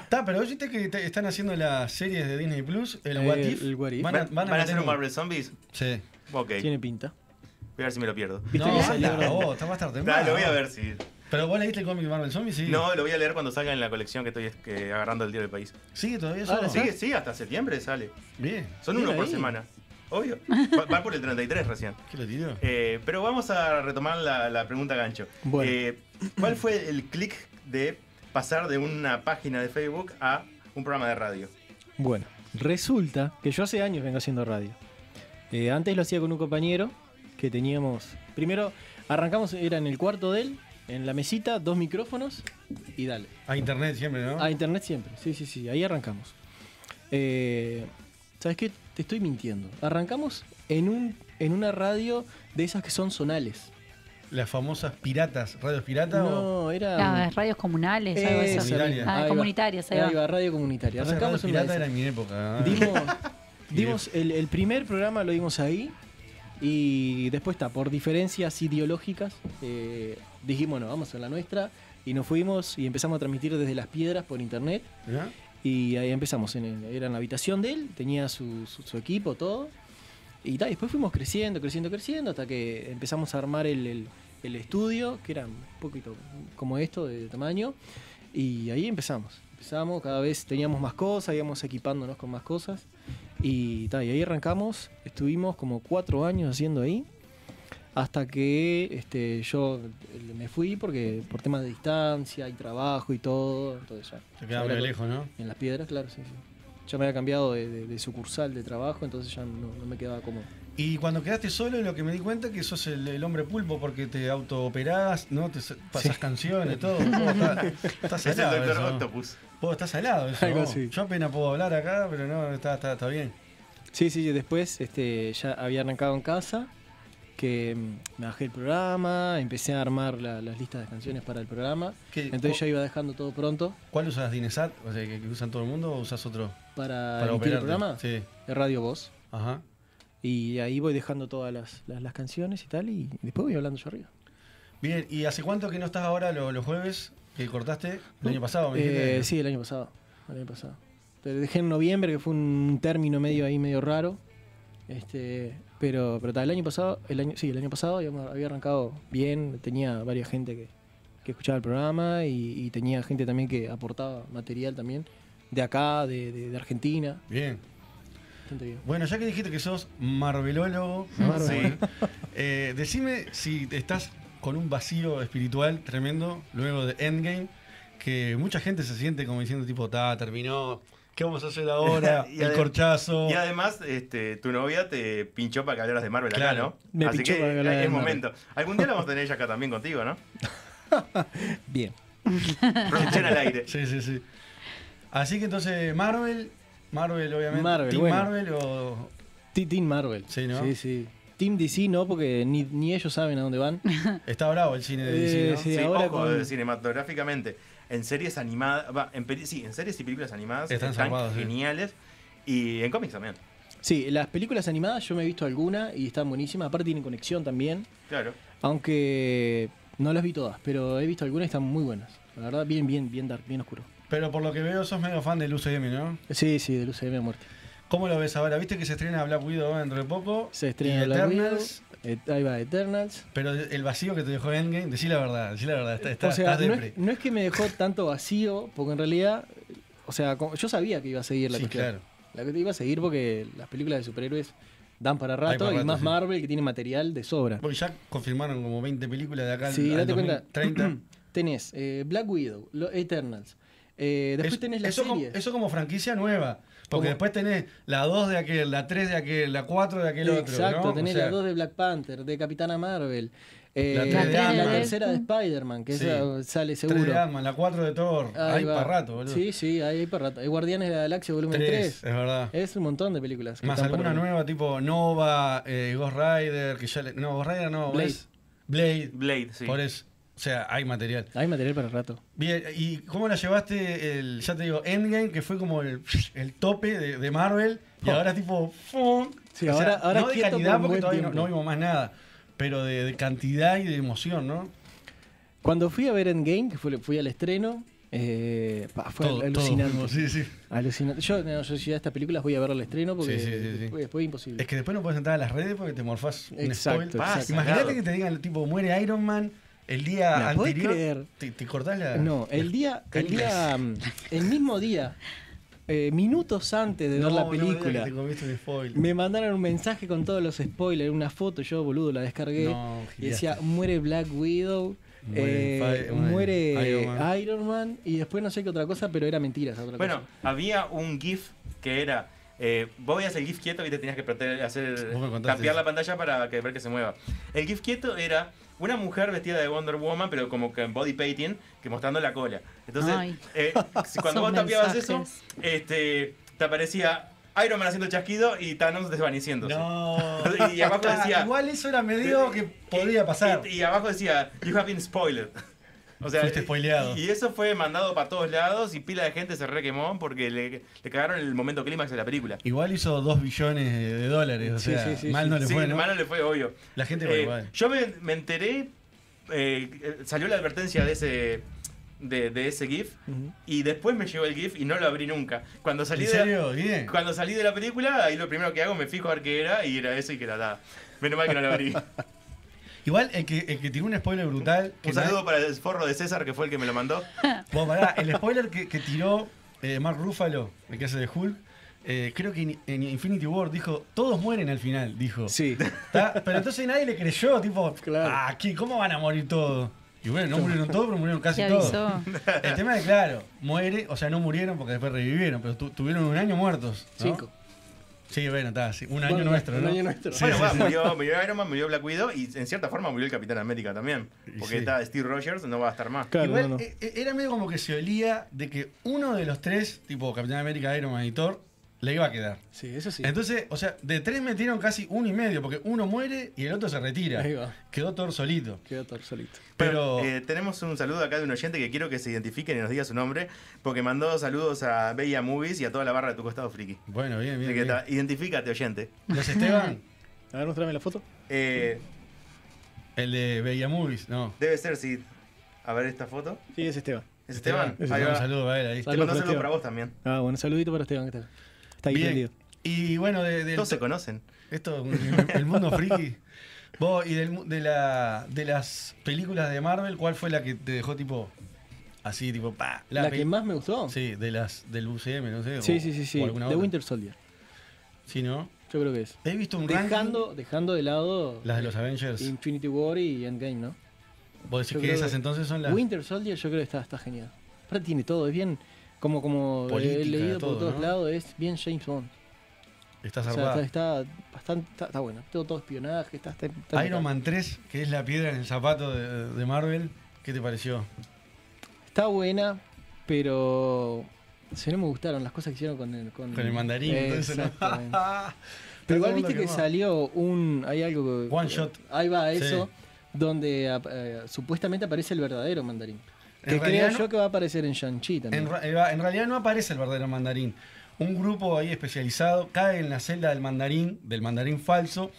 Speaker 9: Está, pero viste que te- están haciendo las series de Disney Plus, el What
Speaker 10: Eh,
Speaker 9: If.
Speaker 10: el What If.
Speaker 9: Van a, van a
Speaker 8: [laughs] ¿Van a
Speaker 9: meter
Speaker 8: hacer un Marvel Zombies?
Speaker 9: Sí.
Speaker 8: Ok, voy
Speaker 10: Tiene pinta.
Speaker 8: a ver si me lo pierdo.
Speaker 10: ¿Viste
Speaker 9: no,
Speaker 10: que salió
Speaker 9: anda,
Speaker 10: ahora?
Speaker 9: vos, está más tarde.
Speaker 8: Dale, lo voy a ver si...
Speaker 9: Pero vos leíste el cómic de Marvel Zombie, sí.
Speaker 8: No, lo voy a leer cuando salga en la colección que estoy eh, agarrando el día del país.
Speaker 9: ¿Sigue todavía eso?
Speaker 10: Ahora
Speaker 8: Sí, sí, hasta septiembre sale.
Speaker 9: Bien.
Speaker 8: Son
Speaker 10: Mira
Speaker 8: uno por
Speaker 10: ahí.
Speaker 8: semana. Obvio. Va, va por el 33 recién.
Speaker 9: ¿Qué lo tiró?
Speaker 8: Eh, pero vamos a retomar la, la pregunta gancho.
Speaker 10: Bueno.
Speaker 8: Eh, ¿Cuál fue el clic de pasar de una página de Facebook a un programa de radio?
Speaker 10: Bueno, resulta que yo hace años vengo haciendo radio. Eh, antes lo hacía con un compañero que teníamos. Primero arrancamos, era en el cuarto de él, en la mesita, dos micrófonos y dale.
Speaker 9: A internet siempre, ¿no?
Speaker 10: A internet siempre, sí, sí, sí, ahí arrancamos. Eh, ¿Sabes qué? Te estoy mintiendo. Arrancamos en, un, en una radio de esas que son zonales.
Speaker 9: Las famosas piratas, radios piratas. o...
Speaker 10: No, era.
Speaker 7: Las radios comunales, algo de eso.
Speaker 9: Esa. Comunitaria.
Speaker 7: Ah, comunitarias, ahí
Speaker 10: ahí,
Speaker 7: va.
Speaker 10: va, radio comunitaria.
Speaker 9: Pasa que
Speaker 10: Arrancamos
Speaker 9: radios
Speaker 10: en una de
Speaker 9: pirata era
Speaker 10: esas.
Speaker 9: en mi época. ¿eh? [laughs]
Speaker 10: Dimos, dimos el, el primer programa lo dimos ahí y después está, por diferencias ideológicas, eh, dijimos, no, vamos a la nuestra y nos fuimos y empezamos a transmitir desde las piedras por internet
Speaker 9: ¿Ya?
Speaker 10: y ahí empezamos, en el- era en la habitación de él, tenía su, su- su equipo, todo. Y ta, después fuimos creciendo, creciendo, creciendo hasta que empezamos a armar el, el- el estudio, que era un poquito como esto de tamaño. Y ahí empezamos. Empezamos, cada vez teníamos más cosas, íbamos equipándonos con más cosas. Y, ta, y ahí arrancamos, estuvimos como cuatro años haciendo ahí. hasta que este, yo eh, me fui porque por temas de distancia y trabajo y todo. Entonces ya.
Speaker 9: Te quedaba medio lejos, ¿no?
Speaker 10: En las piedras, claro, sí, sí. Ya me había cambiado de, de- de sucursal de trabajo, entonces ya no, no me quedaba cómodo.
Speaker 9: Y cuando quedaste solo, lo que me di cuenta es que sos el, el hombre pulpo porque te autooperás, ¿no? Te sa- pasás
Speaker 10: [laughs]
Speaker 9: canciones, todo. Vos estás- Estás
Speaker 8: Es el
Speaker 9: salado.
Speaker 8: Doctor
Speaker 9: eso, ¿no?
Speaker 8: Octopus.
Speaker 9: Vos estás salado, eso.
Speaker 10: Algo
Speaker 9: vos.
Speaker 10: así.
Speaker 9: Yo apenas puedo hablar acá, pero no, está, está, está bien.
Speaker 10: Sí, sí, después este, ya había arrancado en casa, que mm, me bajé el programa, empecé a armar la- las listas de canciones para el programa.
Speaker 9: ¿Qué-
Speaker 10: Entonces
Speaker 9: cu-
Speaker 10: ya iba dejando todo pronto
Speaker 9: ¿Cuál usas? ¿Dinesat? O sea, que, que usan todo el mundo o usas otro?
Speaker 10: para, emitir Ah, el
Speaker 9: operarte.
Speaker 10: programa
Speaker 9: Sí.
Speaker 10: de Radio Voz.
Speaker 9: Ajá.
Speaker 10: Y ahí voy dejando todas las, las, las canciones y tal, y después voy hablando yo arriba.
Speaker 9: Bien, ¿y hace cuánto que no estás ahora lo- los jueves que cortaste? El año pasado, me dijiste.
Speaker 10: Eh, sí, el año pasado. El año pasado. Pero dejé en noviembre, que fue un término medio ahí, medio raro. Este, pero, pero tal, el año pasado, el año, sí, el año pasado digamos, había arrancado bien, tenía varias gente que, que escuchaba el programa y, y tenía gente también que aportaba material también, de acá, de, de- de Argentina,
Speaker 9: Bien.
Speaker 10: bastante bien.
Speaker 9: Bueno, ya que dijiste que sos marvelólogo, ¿no?
Speaker 10: Marvel.
Speaker 9: Sí. Eh, decime si estás con un vacío espiritual tremendo luego de Endgame, que mucha gente se siente como diciendo tipo, ta, terminó, ¿qué vamos a hacer
Speaker 10: [laughs]
Speaker 9: ahora?
Speaker 8: Y
Speaker 9: El
Speaker 8: adem-
Speaker 9: corchazo.
Speaker 10: Oh.
Speaker 8: Y además, este, tu novia te pinchó para que hablaras de Marvel
Speaker 9: Claro.
Speaker 8: acá, ¿no?
Speaker 10: Me
Speaker 8: Así
Speaker 10: pinchó
Speaker 8: que
Speaker 10: para que hablara
Speaker 8: es
Speaker 10: de Marvel.
Speaker 8: momento. Algún día la vamos a tener ella acá también contigo,
Speaker 10: [laughs]
Speaker 8: ¿no?
Speaker 10: Bien.
Speaker 8: Producción al aire.
Speaker 9: Sí, sí, sí. Así que entonces, Marvel, Marvel obviamente.
Speaker 10: Marvel,
Speaker 9: Team
Speaker 10: bueno.
Speaker 9: Marvel o...
Speaker 10: Ti- Team Marvel.
Speaker 9: Sí, ¿no?
Speaker 10: Sí, sí. Team DC no, porque ni, ni ellos saben a dónde van.
Speaker 9: Está bravo el cine de DC,
Speaker 10: Eh,
Speaker 9: ¿no?
Speaker 10: Sí,
Speaker 8: Sí,
Speaker 10: ahora
Speaker 8: ojo,
Speaker 10: con-
Speaker 8: cinematográficamente, en series animadas, va, en peli- sí, en series y películas animadas
Speaker 9: Están
Speaker 8: están,
Speaker 9: zarpados, sí.
Speaker 8: geniales y en cómics también,
Speaker 10: Sí, las películas animadas yo me he visto alguna y están buenísimas. Aparte tienen conexión también.
Speaker 8: claro.
Speaker 10: Aunque no las vi todas, pero he visto algunas y están muy buenas. La verdad, bien, bien, bien dark, bien oscuro.
Speaker 9: Pero por lo que veo sos medio fan del UCM, ¿no?
Speaker 10: Sí, sí, de UCM a muerte.
Speaker 9: ¿Cómo lo ves ahora? ¿Viste que se estrena Black Widow dentro de poco?
Speaker 10: Se
Speaker 9: Y
Speaker 10: estrena Black
Speaker 9: Eternals.
Speaker 10: Widow, et- ahí va, Eternals.
Speaker 9: Pero el vacío que te dejó Endgame, decí la verdad, decí la verdad, está, está,
Speaker 10: o sea,
Speaker 9: estás
Speaker 10: no
Speaker 9: depre.
Speaker 10: es, no es que me dejó tanto vacío, porque en realidad, o sea, como- yo sabía que iba a seguir la
Speaker 9: Sí,
Speaker 10: cuestión.
Speaker 9: claro.
Speaker 10: La que iba a seguir porque las películas de superhéroes dan para rato,
Speaker 9: para
Speaker 10: y
Speaker 9: rato,
Speaker 10: más
Speaker 9: sí.
Speaker 10: Marvel que tiene material de sobra.
Speaker 9: Porque ya confirmaron como 20 películas de acá al-
Speaker 10: Sí,
Speaker 9: al
Speaker 10: date cuenta.
Speaker 9: 2030.
Speaker 10: [clears throat] Tenés eh, Black Widow, lo- Eternals. Eh, después
Speaker 9: Es-
Speaker 10: tenés las
Speaker 9: eso, como,
Speaker 10: series.
Speaker 9: eso como franquicia nueva. Porque
Speaker 10: Como-
Speaker 9: después tenés la 2 de aquel, la 3 de aquel, la 4 de aquel otro.
Speaker 10: Exacto,
Speaker 9: ¿no? O
Speaker 10: tenés
Speaker 9: sea,
Speaker 10: las dos de Black Panther, de Capitana Marvel, eh,
Speaker 9: La
Speaker 10: la,
Speaker 9: tres de
Speaker 10: la
Speaker 9: Ant-Man.
Speaker 10: tercera de Spider-Man, que
Speaker 9: Sí.
Speaker 10: esa sale
Speaker 9: tres de
Speaker 10: seguro.
Speaker 9: Ant-Man, la 4 de Thor.
Speaker 10: Ahí
Speaker 9: Hay
Speaker 10: va.
Speaker 9: para rato, boludo.
Speaker 10: Sí, sí, ahí hay para rato. Hay Guardianes de la Galaxia volumen 3.
Speaker 9: Tres, es verdad.
Speaker 10: Es un montón de películas. que
Speaker 9: Más
Speaker 10: están para
Speaker 9: alguna
Speaker 10: ver.
Speaker 9: nueva tipo Nova, eh, Ghost Rider, que ya le- No, Ghost Rider no,
Speaker 10: Blade.
Speaker 9: es Blade.
Speaker 8: Blade, sí.
Speaker 9: Por eso. O sea, hay material.
Speaker 10: Hay material para rato.
Speaker 9: Bien, ¿y cómo la llevaste el, ya te digo, Endgame, que fue como el, el tope de, de Marvel, y
Speaker 10: Oh.
Speaker 9: ahora tipo, ¡fum!
Speaker 10: Sí, ahora- ahora
Speaker 9: no de
Speaker 10: quieto por
Speaker 9: calidad
Speaker 10: un
Speaker 9: porque
Speaker 10: buen
Speaker 9: todavía no,
Speaker 10: tiempo.
Speaker 9: no vimos más nada, pero de, de cantidad y de emoción, ¿no?
Speaker 10: Cuando fui a ver Endgame, que fue- fui al estreno, eh, pa, fue
Speaker 9: Todo- todo
Speaker 10: alucinante.
Speaker 9: fuimos, sí, sí.
Speaker 10: Alucinante. Yo, no, yo si a estas películas voy a ver al estreno porque
Speaker 9: Sí, sí, sí, sí.
Speaker 10: después, después es imposible.
Speaker 9: Es que después no puedes entrar a las redes porque te morfás un
Speaker 10: Exacto,
Speaker 9: spoil.
Speaker 10: exacto.
Speaker 9: Imagínate
Speaker 8: Claro.
Speaker 9: que te digan, tipo, muere Iron Man el día
Speaker 10: ¿La podés
Speaker 9: anterior.
Speaker 10: creer?
Speaker 9: Te, te cortás la.
Speaker 10: No, el día, el
Speaker 9: Canicas.
Speaker 10: día, mm, el mismo día, eh, minutos antes de ver
Speaker 9: No,
Speaker 10: la
Speaker 9: no me digas que
Speaker 10: película,
Speaker 9: te comiste un spoiler.
Speaker 10: me mandaron un mensaje con todos los spoilers, una foto, yo boludo la descargué
Speaker 9: No,
Speaker 10: y
Speaker 9: giraste.
Speaker 10: decía muere Black Widow,
Speaker 9: Muere
Speaker 10: eh,
Speaker 9: Fi-
Speaker 10: muere,
Speaker 9: Iron
Speaker 10: Iron,
Speaker 9: Man.
Speaker 10: Man. y después no sé qué otra cosa, pero era mentira esa otra
Speaker 8: Bueno,
Speaker 10: cosa.
Speaker 8: había un GIF que era. Eh, vos veías el GIF quieto y te tenías que pretender hacer
Speaker 9: Vos me contaste
Speaker 8: cambiar
Speaker 9: eso.
Speaker 8: la pantalla para que, ver que se mueva. El GIF quieto era una mujer vestida de Wonder Woman, pero como que en body painting, que mostrando la cola. Entonces,
Speaker 7: Ay.
Speaker 8: eh, si- cuando
Speaker 7: Esos
Speaker 8: vos tapeabas
Speaker 7: mensajes.
Speaker 8: eso, este, te aparecía Iron Man haciendo chasquido y Thanos desvaneciéndose.
Speaker 9: No. [laughs]
Speaker 8: Y abajo decía-
Speaker 9: Igual eso era medio que podía pasar.
Speaker 8: Y, y abajo decía, You have been spoiled. [laughs] O sea,
Speaker 9: Fuiste spoileado.
Speaker 8: Y eso fue mandado para todos lados y pila de gente se requemó porque le, le cagaron el momento clímax de la película.
Speaker 9: Igual hizo 2 billones de dólares, o
Speaker 10: Sí,
Speaker 9: sea,
Speaker 10: sí, sí,
Speaker 9: mal no le
Speaker 8: sí,
Speaker 9: fue, ¿no?
Speaker 8: malo le fue, obvio.
Speaker 9: La gente
Speaker 8: Eh,
Speaker 9: fue igual.
Speaker 8: yo me, me enteré, eh, eh, salió la advertencia de ese, de, de ese GIF
Speaker 10: Ujú.
Speaker 8: y después me llegó el GIF y no lo abrí nunca. Cuando salí,
Speaker 9: ¿En
Speaker 8: de la,
Speaker 9: serio? Bien.
Speaker 8: cuando salí de la película, ahí lo primero que hago me fijo a ver qué era y era eso y que era nada. Menos mal que no lo
Speaker 9: [laughs]
Speaker 8: abrí.
Speaker 9: Igual el que, el que tiró un spoiler brutal. Que
Speaker 8: Un saludo para el forro de César que fue el que me lo mandó.
Speaker 9: nadie- Vos, pará, el spoiler que, que tiró eh, Mark Ruffalo, el que hace de Hulk, eh, creo que in- en Infinity War dijo, todos mueren al final, dijo.
Speaker 10: Sí.
Speaker 9: ¿Tá? Pero entonces nadie le creyó, tipo,
Speaker 10: Claro.
Speaker 9: "Ah, ¿qué- ¿cómo van a morir todos? Y bueno, no murieron todos, pero murieron casi
Speaker 7: Se
Speaker 9: todos.
Speaker 7: avisó.
Speaker 9: El tema es, claro, muere, o sea, no murieron porque después revivieron, pero tu- tuvieron un año muertos. ¿no?
Speaker 10: Cinco.
Speaker 9: Sí, bueno, está, sí, un año
Speaker 10: Bueno,
Speaker 9: nuestro,
Speaker 10: un
Speaker 9: ¿no?
Speaker 10: año nuestro.
Speaker 9: Sí,
Speaker 8: Bueno,
Speaker 9: sí,
Speaker 8: va,
Speaker 9: sí.
Speaker 8: murió, murió Iron Man, murió Black Widow y en cierta forma murió el Capitán América también.
Speaker 9: Y
Speaker 8: Porque
Speaker 9: sí.
Speaker 8: está Steve Rogers, no va a estar más.
Speaker 10: Claro,
Speaker 9: Igual,
Speaker 10: no, no.
Speaker 9: e- e- era medio como que se olía de que uno de los tres, tipo Capitán América, Iron Man y Thor, le iba a quedar.
Speaker 10: Sí, eso sí.
Speaker 9: Entonces, o sea, de tres metieron casi uno y medio, porque uno muere y el otro se retira.
Speaker 10: Ahí va.
Speaker 9: Quedó Thor solito.
Speaker 10: Quedó todo solito.
Speaker 9: Pero,
Speaker 8: Eh, tenemos un saludo acá de un oyente que quiero que se identifiquen y nos diga su nombre, porque mandó saludos a Bella Movies y a toda la barra de tu costado friki.
Speaker 9: bueno, bien, bien.
Speaker 8: Así que
Speaker 9: bien.
Speaker 8: ta- identifícate, oyente.
Speaker 9: Los Esteban,
Speaker 10: A ver, mostrame la foto.
Speaker 8: Eh,
Speaker 9: el de Bella Movies, no.
Speaker 8: debe ser, si A ver esta foto.
Speaker 10: Sí, es Esteban.
Speaker 8: ¿Es
Speaker 9: Este
Speaker 8: Esteban?
Speaker 10: Esteban,
Speaker 8: Ahí va.
Speaker 9: un saludo para él ahí.
Speaker 8: Te mando
Speaker 10: Saludos para
Speaker 8: un saludo
Speaker 10: Esteban.
Speaker 8: para vos también.
Speaker 10: Ah, bueno, saludito para Esteban que está acá. Está ahí
Speaker 9: Bien.
Speaker 10: prendido.
Speaker 9: Y bueno, de, del-
Speaker 8: Todos se conocen.
Speaker 9: esto, [laughs] el mundo friki. Vos, y del mu- de, la, de las películas de Marvel, ¿cuál fue la que te dejó tipo así, tipo, pa?
Speaker 10: La,
Speaker 9: pe-
Speaker 10: que más me gustó.
Speaker 9: Sí, de las del UCM, no sé.
Speaker 10: sí,
Speaker 9: o-
Speaker 10: sí, sí. sí.
Speaker 9: o alguna
Speaker 10: The
Speaker 9: otra.
Speaker 10: Winter Soldier.
Speaker 9: Sí, ¿no?
Speaker 10: Yo creo que es.
Speaker 9: He visto un ranking.
Speaker 10: Dejando, dejando de lado
Speaker 9: Las de los Avengers.
Speaker 10: Infinity War y Endgame, ¿no?
Speaker 9: Vos
Speaker 10: yo
Speaker 9: decís que
Speaker 10: creo
Speaker 9: esas
Speaker 10: que-
Speaker 9: entonces son las.
Speaker 10: Winter Soldier yo creo que está, está genial. Aparte tiene todo, es bien, como, como
Speaker 9: Política,
Speaker 10: he leído
Speaker 9: todo,
Speaker 10: por todos
Speaker 9: ¿no?
Speaker 10: lados, es bien James Bond.
Speaker 9: Está
Speaker 10: O sea,
Speaker 9: zarpada.
Speaker 10: está, está bastante, está, está bueno, todo, todo espionaje, está, está- está-
Speaker 9: Iron Man 3, que es la piedra en el zapato de, de Marvel. ¿Qué te pareció?
Speaker 10: está buena, pero si no me gustaron las cosas que hicieron con el, con,
Speaker 9: Con el mandarín. Entonces, ¿no? [laughs]
Speaker 10: Mm. Exactamente. Pero igual
Speaker 9: Todo lo
Speaker 10: viste que,
Speaker 9: más.
Speaker 10: salió un. Hay algo. que-
Speaker 9: One shot.
Speaker 10: Ahí va
Speaker 9: Sí.
Speaker 10: eso. Donde ap- eh, supuestamente aparece el verdadero mandarín.
Speaker 9: En
Speaker 10: Que creo
Speaker 9: realidad no-
Speaker 10: yo que va a aparecer en Shang-Chi también.
Speaker 9: En, ra- eh, va, en realidad no aparece el verdadero mandarín. Un grupo ahí especializado cae en la celda del mandarín, del mandarín falso,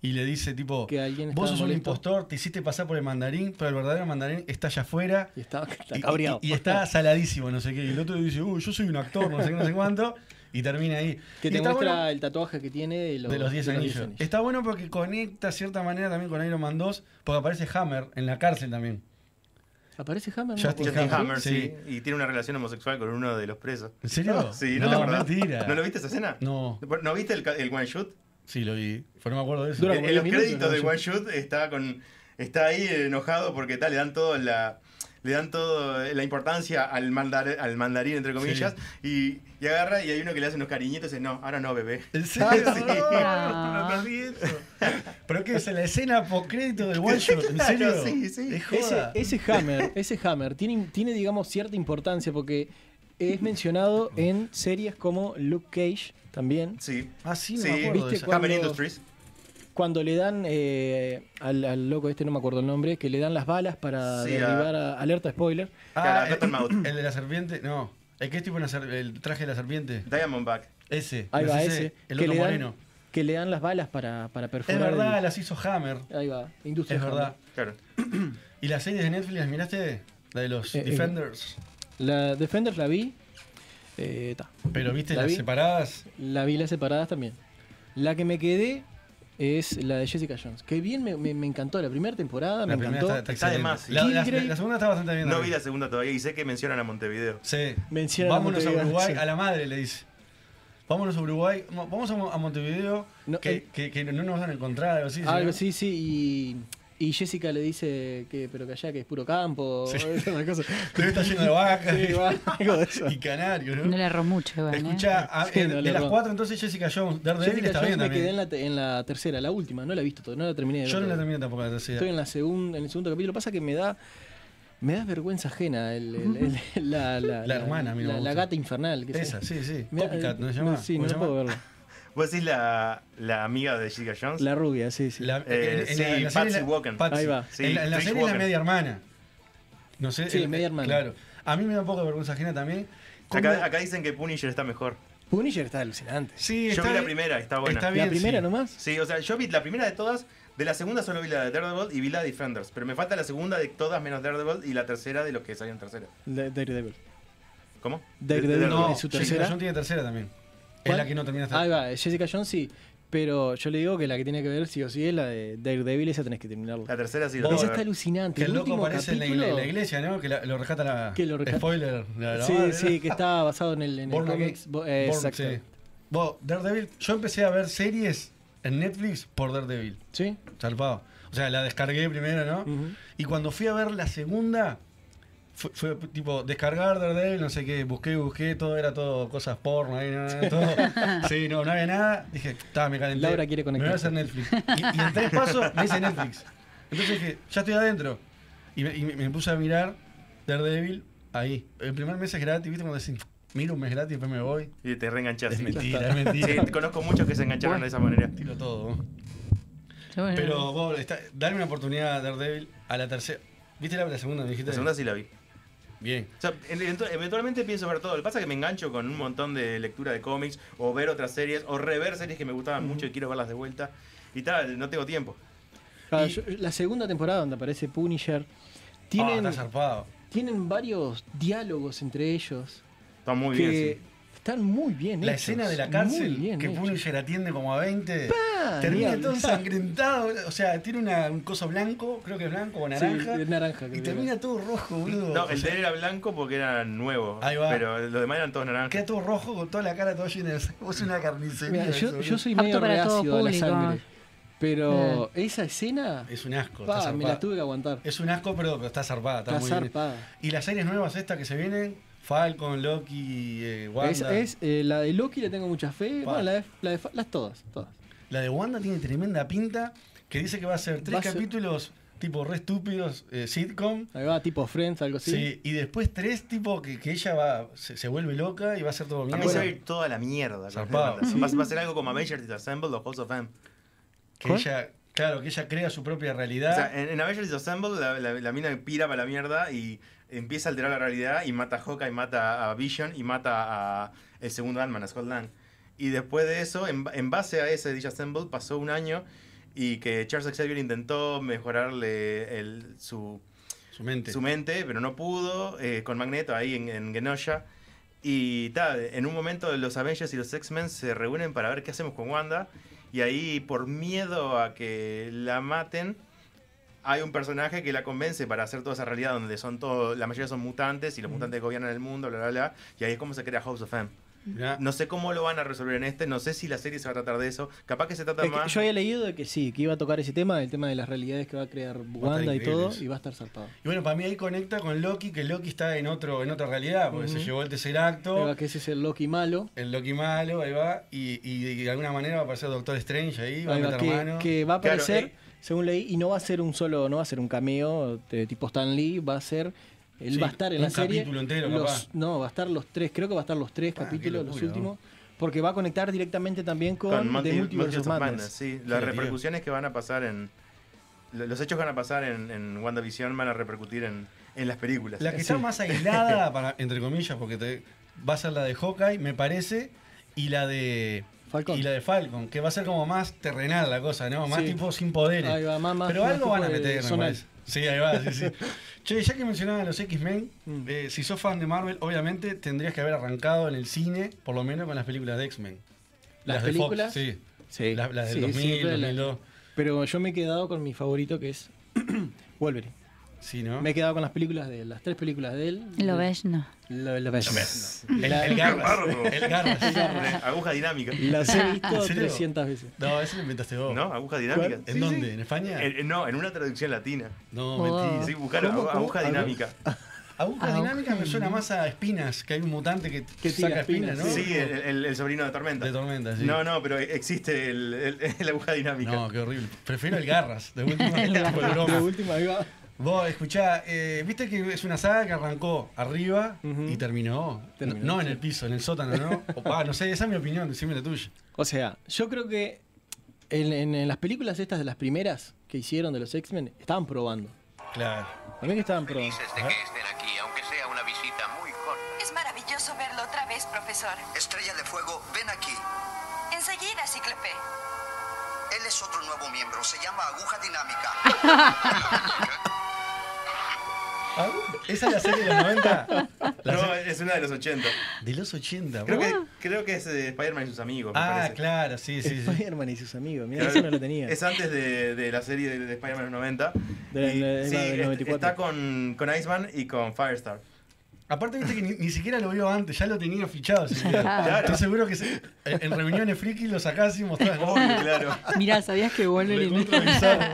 Speaker 9: y le dice tipo,
Speaker 10: Que alguien
Speaker 9: vos
Speaker 10: estaba
Speaker 9: sos un
Speaker 10: molesto".
Speaker 9: impostor, te hiciste pasar por el mandarín, pero el verdadero mandarín está allá afuera.
Speaker 10: y está, está
Speaker 9: Y-
Speaker 10: cabreado.
Speaker 9: Y, y está saladísimo, no sé qué. Y el otro dice, uy, yo soy un actor, no sé qué, no sé cuánto. Y termina ahí.
Speaker 10: que
Speaker 9: Y
Speaker 10: te
Speaker 9: está
Speaker 10: muestra
Speaker 9: bueno-
Speaker 10: el tatuaje que tiene de los
Speaker 9: de los 10 anillos.
Speaker 10: 10
Speaker 9: Está bueno porque conecta de cierta manera también con Iron Man 2, porque aparece Hammer en la cárcel también.
Speaker 10: Aparece Hammer. ¿no?
Speaker 9: Justin
Speaker 8: Justin
Speaker 9: Hammer,
Speaker 8: Hammer, sí.
Speaker 9: sí.
Speaker 8: Y tiene una relación homosexual con uno de los presos.
Speaker 9: ¿En serio?
Speaker 8: [laughs] Sí, no, te acordás.
Speaker 9: mentira.
Speaker 8: ¿No lo viste esa escena?
Speaker 9: No,
Speaker 8: ¿No viste el, ca- el one shot?
Speaker 9: sí lo vi, pero no me acuerdo de eso.
Speaker 10: Dura- Pero
Speaker 8: En,
Speaker 10: como
Speaker 8: en los
Speaker 10: diez minutos,
Speaker 8: créditos
Speaker 10: ¿no?
Speaker 8: de
Speaker 10: Sí.
Speaker 8: One Shoot está con. Está ahí enojado porque tal, le dan todo la. Le dan todo eh, la importancia al, mandar, al mandarín, entre comillas, y, y agarra y hay uno que le hace unos cariñitos y dice, no, ahora no,
Speaker 10: [laughs]
Speaker 8: bebé.
Speaker 9: ¿En serio?
Speaker 8: Sí.
Speaker 7: No.
Speaker 9: No vi eso. ¿Pero qué es? ¿En la escena post-crédito del One Shot? ¿En
Speaker 8: Claro,
Speaker 9: serio?
Speaker 8: sí, sí.
Speaker 9: Es
Speaker 10: Ese,
Speaker 9: joda.
Speaker 10: ese Hammer, ese Hammer tiene, tiene, digamos, cierta importancia porque es mencionado en series como Luke Cage también.
Speaker 8: Sí.
Speaker 9: Ah, sí, no
Speaker 8: Sí.
Speaker 9: me acuerdo de
Speaker 10: ¿Viste
Speaker 9: esa.
Speaker 10: cuál?
Speaker 8: Hammer
Speaker 10: Cuando-
Speaker 8: Industries.
Speaker 10: Cuando le dan eh, al, al loco este, no me acuerdo el nombre, que le dan las balas para
Speaker 8: Sí,
Speaker 10: derribar a- alerta spoiler.
Speaker 8: Claro,
Speaker 9: Ah,
Speaker 10: eh,
Speaker 8: Cotton Mouth.
Speaker 9: el, el de la serpiente, no. ¿El que es tipo una ser- el traje de la serpiente?
Speaker 8: [coughs] Diamondback.
Speaker 9: Ese.
Speaker 10: Ahí
Speaker 9: no
Speaker 10: va
Speaker 9: sé,
Speaker 10: ese.
Speaker 9: El
Speaker 10: que,
Speaker 9: otro
Speaker 10: le
Speaker 9: moreno.
Speaker 10: dan, que le dan las balas para, para
Speaker 9: Es
Speaker 10: perforar.
Speaker 9: verdad,
Speaker 10: el-
Speaker 9: las hizo Hammer.
Speaker 10: Ahí va, industria.
Speaker 9: Es verdad.
Speaker 8: Claro.
Speaker 9: ¿Y las series de Netflix las miraste? La de los
Speaker 10: Eh, eh.
Speaker 9: Defenders.
Speaker 10: La Defenders la vi. eh, ta.
Speaker 9: Pero viste
Speaker 10: ¿La
Speaker 9: las
Speaker 10: vi?
Speaker 9: separadas.
Speaker 10: La vi las separadas también. La que me quedé es la de Jessica Jones. Que bien me, me- me encantó. La primera temporada
Speaker 9: La
Speaker 10: Ah, me
Speaker 9: primera
Speaker 10: encantó.
Speaker 9: está, está
Speaker 8: Está de
Speaker 9: excelente.
Speaker 8: más, sí.
Speaker 9: La, la-
Speaker 10: Kilgrave-
Speaker 9: la segunda está bastante bien.
Speaker 8: No vi
Speaker 9: también.
Speaker 8: la segunda todavía y sé que mencionan a Montevideo.
Speaker 9: Sí.
Speaker 10: Menciona
Speaker 9: Vámonos a
Speaker 10: Montevideo,
Speaker 9: Uruguay,
Speaker 10: sí.
Speaker 9: a la madre le dice. Vámonos a Uruguay, mo- vamos a, Mo- a Montevideo,
Speaker 10: No,
Speaker 9: que,
Speaker 10: eh.
Speaker 9: que- que no nos van a encontrar, algo así. ¿sí,
Speaker 10: Algo
Speaker 9: no?
Speaker 10: así, sí. Y, y Jessica le dice que, pero que allá que es puro campo. [laughs]
Speaker 9: Sí.
Speaker 10: esas cosas.
Speaker 9: [laughs] Debe estar lleno de vacas [laughs]
Speaker 10: Sí, va, algo de eso.
Speaker 9: y canarios,
Speaker 7: [laughs] No
Speaker 9: ¿no?
Speaker 7: le erró mucho, igual, ¿eh?
Speaker 9: Escuchá, a-
Speaker 10: Sí,
Speaker 9: eh,
Speaker 10: no,
Speaker 9: de
Speaker 10: le
Speaker 9: las
Speaker 10: erró.
Speaker 9: cuatro entonces Jessica Jones, Daredevil
Speaker 10: Jessica
Speaker 9: está
Speaker 10: Jones
Speaker 9: bien
Speaker 10: me quedé
Speaker 9: también.
Speaker 10: en la, te- en la tercera, la última. No la he visto todavía, no la terminé de ver
Speaker 9: Yo no la
Speaker 10: todavía.
Speaker 9: terminé tampoco la tercera.
Speaker 10: Estoy en, la segun- en el segundo capítulo. Pasa que me da. Me da vergüenza ajena el, el-
Speaker 9: [laughs]
Speaker 10: el- la,
Speaker 9: La hermana, a mí no me
Speaker 10: la, la
Speaker 9: gusta.
Speaker 10: gata infernal. Que se-
Speaker 9: Esa, sí, sí.
Speaker 10: Me da-
Speaker 9: Copycat, ¿no se llama?
Speaker 10: Sí,
Speaker 9: ¿Cómo
Speaker 10: no
Speaker 9: se llama?
Speaker 10: puedo verlo.
Speaker 8: ¿Vos decís la, la amiga de Jessica Jones?
Speaker 10: La rubia, sí, sí.
Speaker 9: La-
Speaker 8: Eh,
Speaker 9: en- en la-
Speaker 8: sí,
Speaker 9: en la serie
Speaker 8: Patsy
Speaker 9: la-
Speaker 8: Walken.
Speaker 9: Patsy.
Speaker 10: Ahí va.
Speaker 8: Sí,
Speaker 9: en la, en la serie
Speaker 8: Trish
Speaker 9: es la
Speaker 8: Walker.
Speaker 9: media hermana. No sé.
Speaker 10: Sí,
Speaker 9: eh,
Speaker 10: media hermana.
Speaker 9: Claro. A mí me da un poco de vergüenza ajena también. ¿Cómo-
Speaker 8: Acá, acá dicen que Punisher está mejor.
Speaker 10: Punisher está alucinante.
Speaker 9: Sí,
Speaker 8: Yo
Speaker 9: está
Speaker 8: vi la
Speaker 9: bien-
Speaker 8: primera, está buena.
Speaker 9: Está bien,
Speaker 10: la primera
Speaker 9: sí.
Speaker 10: nomás.
Speaker 8: Sí, o sea, yo vi la primera de todas. De la segunda solo vi la de Daredevil y vi la de Defenders. Pero me falta la segunda de todas menos Daredevil y la tercera de los que salieron tercera.
Speaker 10: Da- Daredevil.
Speaker 8: ¿Cómo?
Speaker 10: Daredevil
Speaker 8: De- de-
Speaker 9: No,
Speaker 10: ¿Y su
Speaker 9: Jessica
Speaker 10: tercera?
Speaker 9: Jones tiene tercera también. Es
Speaker 10: ¿Cuál?
Speaker 9: la que no terminaste.
Speaker 10: Ahí va, Jessica Jones sí. Pero yo le digo que la que tiene que ver sí o sí es la de Daredevil, esa tenés que terminarla.
Speaker 8: La tercera sí la
Speaker 10: Esa
Speaker 8: tengo que
Speaker 10: está
Speaker 8: ver.
Speaker 10: alucinante.
Speaker 9: Que el loco
Speaker 10: último
Speaker 9: aparece en la,
Speaker 10: capítulo-
Speaker 9: igle- la iglesia, ¿no? Que la- lo rescata la.
Speaker 10: Que lo rescata.
Speaker 9: Spoiler. la- la
Speaker 10: Sí,
Speaker 9: madre,
Speaker 10: sí, que está basado en el, en el
Speaker 9: Born
Speaker 10: cómic.
Speaker 9: Again.
Speaker 10: Bo-
Speaker 9: ¿no?
Speaker 10: eh,
Speaker 9: Born,
Speaker 10: exacto.
Speaker 9: sí. Vos, Daredevil, yo empecé a ver series en Netflix por Daredevil.
Speaker 10: ¿Sí?
Speaker 9: Zarpado. O sea, la descargué primero, ¿no?
Speaker 10: Ujú.
Speaker 9: Y cuando fui a ver la segunda, fue, fue tipo descargar Daredevil, no sé qué, busqué, busqué, todo era todo cosas porno, ahí, no, no,
Speaker 10: [laughs]
Speaker 9: todo. Sí, no, no había nada. Dije, está, me calenté.
Speaker 10: Laura quiere
Speaker 9: Me voy a
Speaker 10: conectarse.
Speaker 9: hacer Netflix. Y, y en tres pasos me hice Netflix. Entonces dije, ya estoy adentro. Y me, y me- me puse a mirar Daredevil ahí. El primer mes es gratis, ¿viste? Cuando decís, miro un mes gratis y después me voy.
Speaker 8: Y te reenganchás.
Speaker 9: Es mentira, es
Speaker 8: Sí,
Speaker 9: mentira.
Speaker 8: conozco muchos que se engancharon de esa manera.
Speaker 9: Tiro todo.
Speaker 7: Yo, bueno,
Speaker 10: Eh.
Speaker 9: Pero vos, está- dale una oportunidad a Daredevil a la tercera. ¿Viste la, la segunda? me dijiste?
Speaker 8: La segunda sí la vi.
Speaker 9: Bien.
Speaker 8: O sea, eventu- eventualmente pienso ver todo. Lo que pasa es que me engancho con un montón de lectura de cómics, o ver otras series, o rever series que me gustaban mucho y quiero verlas de vuelta. Y tal, no tengo tiempo.
Speaker 10: Ah,
Speaker 9: Y-
Speaker 10: yo- la segunda temporada donde aparece Punisher.
Speaker 9: Ah,
Speaker 10: Tienen,
Speaker 9: está zarpado.
Speaker 10: tienen varios diálogos entre ellos
Speaker 8: Está muy
Speaker 10: que
Speaker 8: bien. sí.
Speaker 10: están muy bien
Speaker 9: La
Speaker 10: hechos,
Speaker 9: escena de la
Speaker 10: muy
Speaker 9: cárcel
Speaker 10: bien
Speaker 9: que
Speaker 10: hechos.
Speaker 9: Punisher atiende como a 20.
Speaker 10: Ah,
Speaker 9: Termina
Speaker 10: diablo.
Speaker 9: todo ensangrentado, boludo. o sea, tiene una- un coso blanco, creo que es blanco o
Speaker 10: Sí,
Speaker 9: naranja,
Speaker 10: de naranja.
Speaker 9: y
Speaker 10: creo que
Speaker 9: termina
Speaker 10: era.
Speaker 9: todo rojo, boludo.
Speaker 8: No,
Speaker 9: O
Speaker 8: el
Speaker 9: sea,
Speaker 8: de él era blanco porque era nuevo.
Speaker 9: Ahí va.
Speaker 8: Pero los demás eran todos naranjas.
Speaker 9: Queda todo rojo con toda la cara toda llena de sangre. Es una carnicería.
Speaker 10: Mira,
Speaker 9: eso,
Speaker 10: yo,
Speaker 9: boludo.
Speaker 10: yo soy
Speaker 7: Apto
Speaker 10: medio
Speaker 7: para todo
Speaker 10: reacio a la
Speaker 7: público. Eh.
Speaker 10: sangre. Pero esa escena,
Speaker 9: Es un asco.
Speaker 10: pa,
Speaker 9: está
Speaker 10: me
Speaker 9: zarpada.
Speaker 10: la tuve que aguantar.
Speaker 9: Es un asco, pero, pero está zarpada. Está,
Speaker 10: Está
Speaker 9: muy bien.
Speaker 10: zarpada.
Speaker 9: Y las series nuevas estas que se vienen, Falcon, Loki, eh,
Speaker 10: Es,
Speaker 9: Wanda.
Speaker 10: es, eh, la de Loki le tengo mucha fe.
Speaker 9: Pa.
Speaker 10: Bueno, la de, la de- las todas, todas.
Speaker 9: La de Wanda tiene tremenda pinta, que dice que va a ser tres
Speaker 10: Va a ser-
Speaker 9: capítulos tipo re estúpidos, eh, sitcom.
Speaker 10: Ahí va, tipo Friends, algo así.
Speaker 9: Sí. y después tres, tipo, que, que ella va, se, se vuelve loca y va a ser todo
Speaker 8: A
Speaker 9: bien.
Speaker 8: mí se va a ir toda la mierda. con
Speaker 9: Zarpado.
Speaker 8: esa banda. Va, va a ser algo como Avengers Disassemble o House of M.
Speaker 9: que ella, claro, que ella crea su propia realidad.
Speaker 8: O sea, eh, en, en Avengers Disassemble la, la, la mina pira para la mierda y empieza a alterar la realidad y mata a Hawkeye, mata a Vision y mata a el segundo Ant-Man, a Scott Lang. Y después de eso, en, en base a ese Disassemble, pasó un año y que Charles Xavier intentó mejorarle el- su,
Speaker 9: su mente.
Speaker 8: su mente, pero no pudo, eh, con Magneto ahí en, en Genosha. Y ta, en un momento los Avengers y los X-Men se reúnen para ver qué hacemos con Wanda. Y ahí, por miedo a que la maten, hay un personaje que la convence para hacer toda esa realidad donde son todos, la mayoría son mutantes y los mutantes gobiernan el mundo, bla, bla, bla. Y ahí es como se crea House of M.
Speaker 9: Mirá,
Speaker 8: No sé cómo lo van a resolver en este, no sé si la serie se va a tratar de eso. Capaz que se trata
Speaker 10: Es que
Speaker 8: más.
Speaker 10: yo había leído de que sí, que iba a tocar ese tema, el tema de las realidades que va a crear Wanda y
Speaker 9: increíble
Speaker 10: todo,
Speaker 9: eso.
Speaker 10: y va a estar zarpado.
Speaker 9: Y bueno, para mí ahí conecta con Loki, que Loki está en otro en otra realidad, porque se
Speaker 10: Ujú.
Speaker 9: llevó el tercer
Speaker 10: Ahí
Speaker 9: acto,
Speaker 10: va, que ese es el Loki malo.
Speaker 9: el Loki malo, ahí va, y, y de alguna manera va a aparecer Doctor Strange ahí, va
Speaker 10: Ahí
Speaker 9: a
Speaker 10: va,
Speaker 9: meter
Speaker 10: que,
Speaker 9: mano.
Speaker 10: que va a
Speaker 8: Claro,
Speaker 10: aparecer,
Speaker 8: eh.
Speaker 10: según leí, y no va a ser un solo, no va a ser un cameo de tipo Stan Lee, va a ser. Él
Speaker 9: Sí,
Speaker 10: va a estar en
Speaker 9: un
Speaker 10: la serie.
Speaker 9: capítulo entero,
Speaker 10: los-
Speaker 9: capaz.
Speaker 10: No, va a estar los tres, creo que va a estar los tres
Speaker 9: Ah,
Speaker 10: capítulos,
Speaker 9: qué
Speaker 10: los
Speaker 9: locura,
Speaker 10: últimos. Porque va a conectar directamente también con,
Speaker 8: con
Speaker 10: The
Speaker 8: Multi-
Speaker 10: Multiverse
Speaker 8: Multiverse of
Speaker 10: of Madness.
Speaker 8: Madness, sí.
Speaker 9: la
Speaker 8: Las
Speaker 9: tío.
Speaker 8: repercusiones que van a pasar en. lo- Los hechos que van a pasar en, en WandaVision van a repercutir en, en las películas.
Speaker 9: La que está más aislada, [laughs] para, entre comillas, porque te- va a ser la de Hawkeye, me parece, y la de
Speaker 10: Falcon.
Speaker 9: y la de Falcon, que va a ser como más terrenal la cosa, ¿no? Más
Speaker 10: Sí.
Speaker 9: tipo sin poderes.
Speaker 10: Ahí va, más- más-
Speaker 9: Pero
Speaker 10: más
Speaker 9: algo
Speaker 10: tipo
Speaker 9: van a
Speaker 10: de
Speaker 9: meter, me
Speaker 10: zonal.
Speaker 9: parece. Sí, ahí va,
Speaker 10: [laughs]
Speaker 9: sí, sí. che, ya que mencionaban los X-Men,
Speaker 10: Mm.
Speaker 9: eh, si sos fan de Marvel, obviamente tendrías que haber arrancado en el cine, por lo menos con las películas de X-Men.
Speaker 10: Las
Speaker 9: de Fox,
Speaker 10: películas,
Speaker 9: sí.
Speaker 10: Sí,
Speaker 9: Las, las del
Speaker 10: sí,
Speaker 9: 2000,
Speaker 10: siempre la-
Speaker 9: 2002.
Speaker 10: Pero yo me he quedado con mi favorito que es [clears throat] Wolverine.
Speaker 9: Sí, ¿no?
Speaker 10: Me he quedado con las películas de él, las tres películas de él.
Speaker 7: Lo ves, no.
Speaker 10: Lo, lo ves. [laughs]
Speaker 9: El, el Garras. El Garras. [laughs]
Speaker 8: Aguja dinámica.
Speaker 10: Las he visto
Speaker 9: ¿En serio?
Speaker 10: 300 veces.
Speaker 9: No, eso lo inventaste vos.
Speaker 8: ¿No? Aguja dinámica.
Speaker 9: ¿En
Speaker 8: Sí, Eh,
Speaker 9: dónde?
Speaker 8: sí.
Speaker 9: ¿En España?
Speaker 8: En- en- no, en una traducción latina.
Speaker 9: No,
Speaker 7: Oh.
Speaker 9: mentira.
Speaker 8: Sí, buscar agu-
Speaker 10: ¿Cómo, cómo?
Speaker 8: aguja
Speaker 10: A ver.
Speaker 8: dinámica.
Speaker 9: Aguja
Speaker 7: Aguja
Speaker 9: dinámica me suena más a espinas, que hay un mutante que,
Speaker 10: Que tira
Speaker 9: saca espinas,
Speaker 10: espinas,
Speaker 9: ¿no?
Speaker 8: Sí, eh, el, el- el sobrino de Tormenta.
Speaker 9: De tormenta, sí.
Speaker 8: No, no, pero existe el, el- [laughs] el aguja dinámica.
Speaker 9: No, qué horrible. Prefiero el garras, de última es tipo de
Speaker 10: La
Speaker 9: broma.
Speaker 10: última ahí va.
Speaker 9: Vos, escuchá, eh, viste que es una saga que arrancó arriba
Speaker 10: Ujú.
Speaker 9: y terminó.
Speaker 10: Terminó,
Speaker 9: no
Speaker 10: sí.
Speaker 9: en el piso, en el sótano,
Speaker 10: [laughs]
Speaker 9: ¿no? O, pa, no sé, esa es mi opinión, decime la tuya.
Speaker 10: O sea, yo creo que en, en- en las películas estas de las primeras que hicieron de los X-Men, estaban probando.
Speaker 9: Claro.
Speaker 10: También que estaban probando.
Speaker 11: de que estén aquí, aunque sea una visita muy corta.
Speaker 2: Es maravilloso verlo otra vez, profesor.
Speaker 11: Estrella de Fuego, ven aquí.
Speaker 2: Enseguida, Cíclope.
Speaker 11: Él es otro nuevo miembro, se llama Aguja Dinámica.
Speaker 9: Ah, ¿Esa es la serie de los 90? La
Speaker 8: No,
Speaker 9: serie
Speaker 8: es una de los 80.
Speaker 9: de los 80,
Speaker 8: Creo
Speaker 9: vos.
Speaker 8: que, creo que es eh, Spider-Man y sus amigos. me
Speaker 9: Ah,
Speaker 8: parece.
Speaker 9: claro, sí, sí, sí.
Speaker 10: Spider-Man y sus amigos, mira,
Speaker 8: Claro.
Speaker 10: eso no lo tenía.
Speaker 8: Es antes de, de la serie de, de Spider-Man de los 90.
Speaker 10: De la-
Speaker 8: Y
Speaker 10: de la-
Speaker 8: sí,
Speaker 10: del
Speaker 8: es-
Speaker 10: 94.
Speaker 8: está con, con Iceman y con Firestar.
Speaker 9: Aparte, viste que ni, ni siquiera lo vio antes, ya lo tenía fichado. ese video.
Speaker 7: Claro.
Speaker 9: Estoy seguro que se- en, en reuniones friki lo sacás y mostrás. ¿no?
Speaker 8: [laughs]
Speaker 7: Mirá, ¿sabías que Wolverine?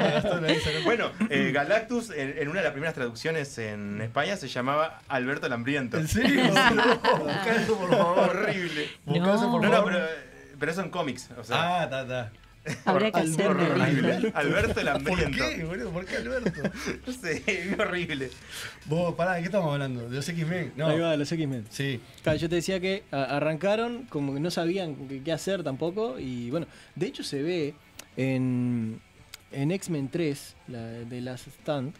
Speaker 8: [laughs] bueno, eh, Galactus en, en una de las primeras traducciones en España se llamaba Alberto el Hambriento.
Speaker 9: ¿En
Speaker 8: [laughs]
Speaker 9: serio? No, buscá eso, por favor.
Speaker 8: Horrible.
Speaker 9: Buscá eso, por
Speaker 8: No, no,
Speaker 9: favor.
Speaker 8: pero, eh, pero eso en cómics. O sea, [laughs]
Speaker 9: Ah, está, está.
Speaker 7: Habría que
Speaker 8: Alberto,
Speaker 7: hacerlo.
Speaker 8: horrible. Alberto el Hambriento. [laughs]
Speaker 9: ¿Por qué, boludo? ¿Por qué Alberto?
Speaker 8: No sé, horrible.
Speaker 9: Vos, pará, ¿de qué estamos hablando? ¿De los X-Men? No.
Speaker 10: Ahí va, los X-Men.
Speaker 9: Sí.
Speaker 10: Claro, yo te decía que a- arrancaron, como que no sabían qué- qué hacer tampoco. Y bueno, de hecho se ve en, en X-Men 3, la de Last Stand,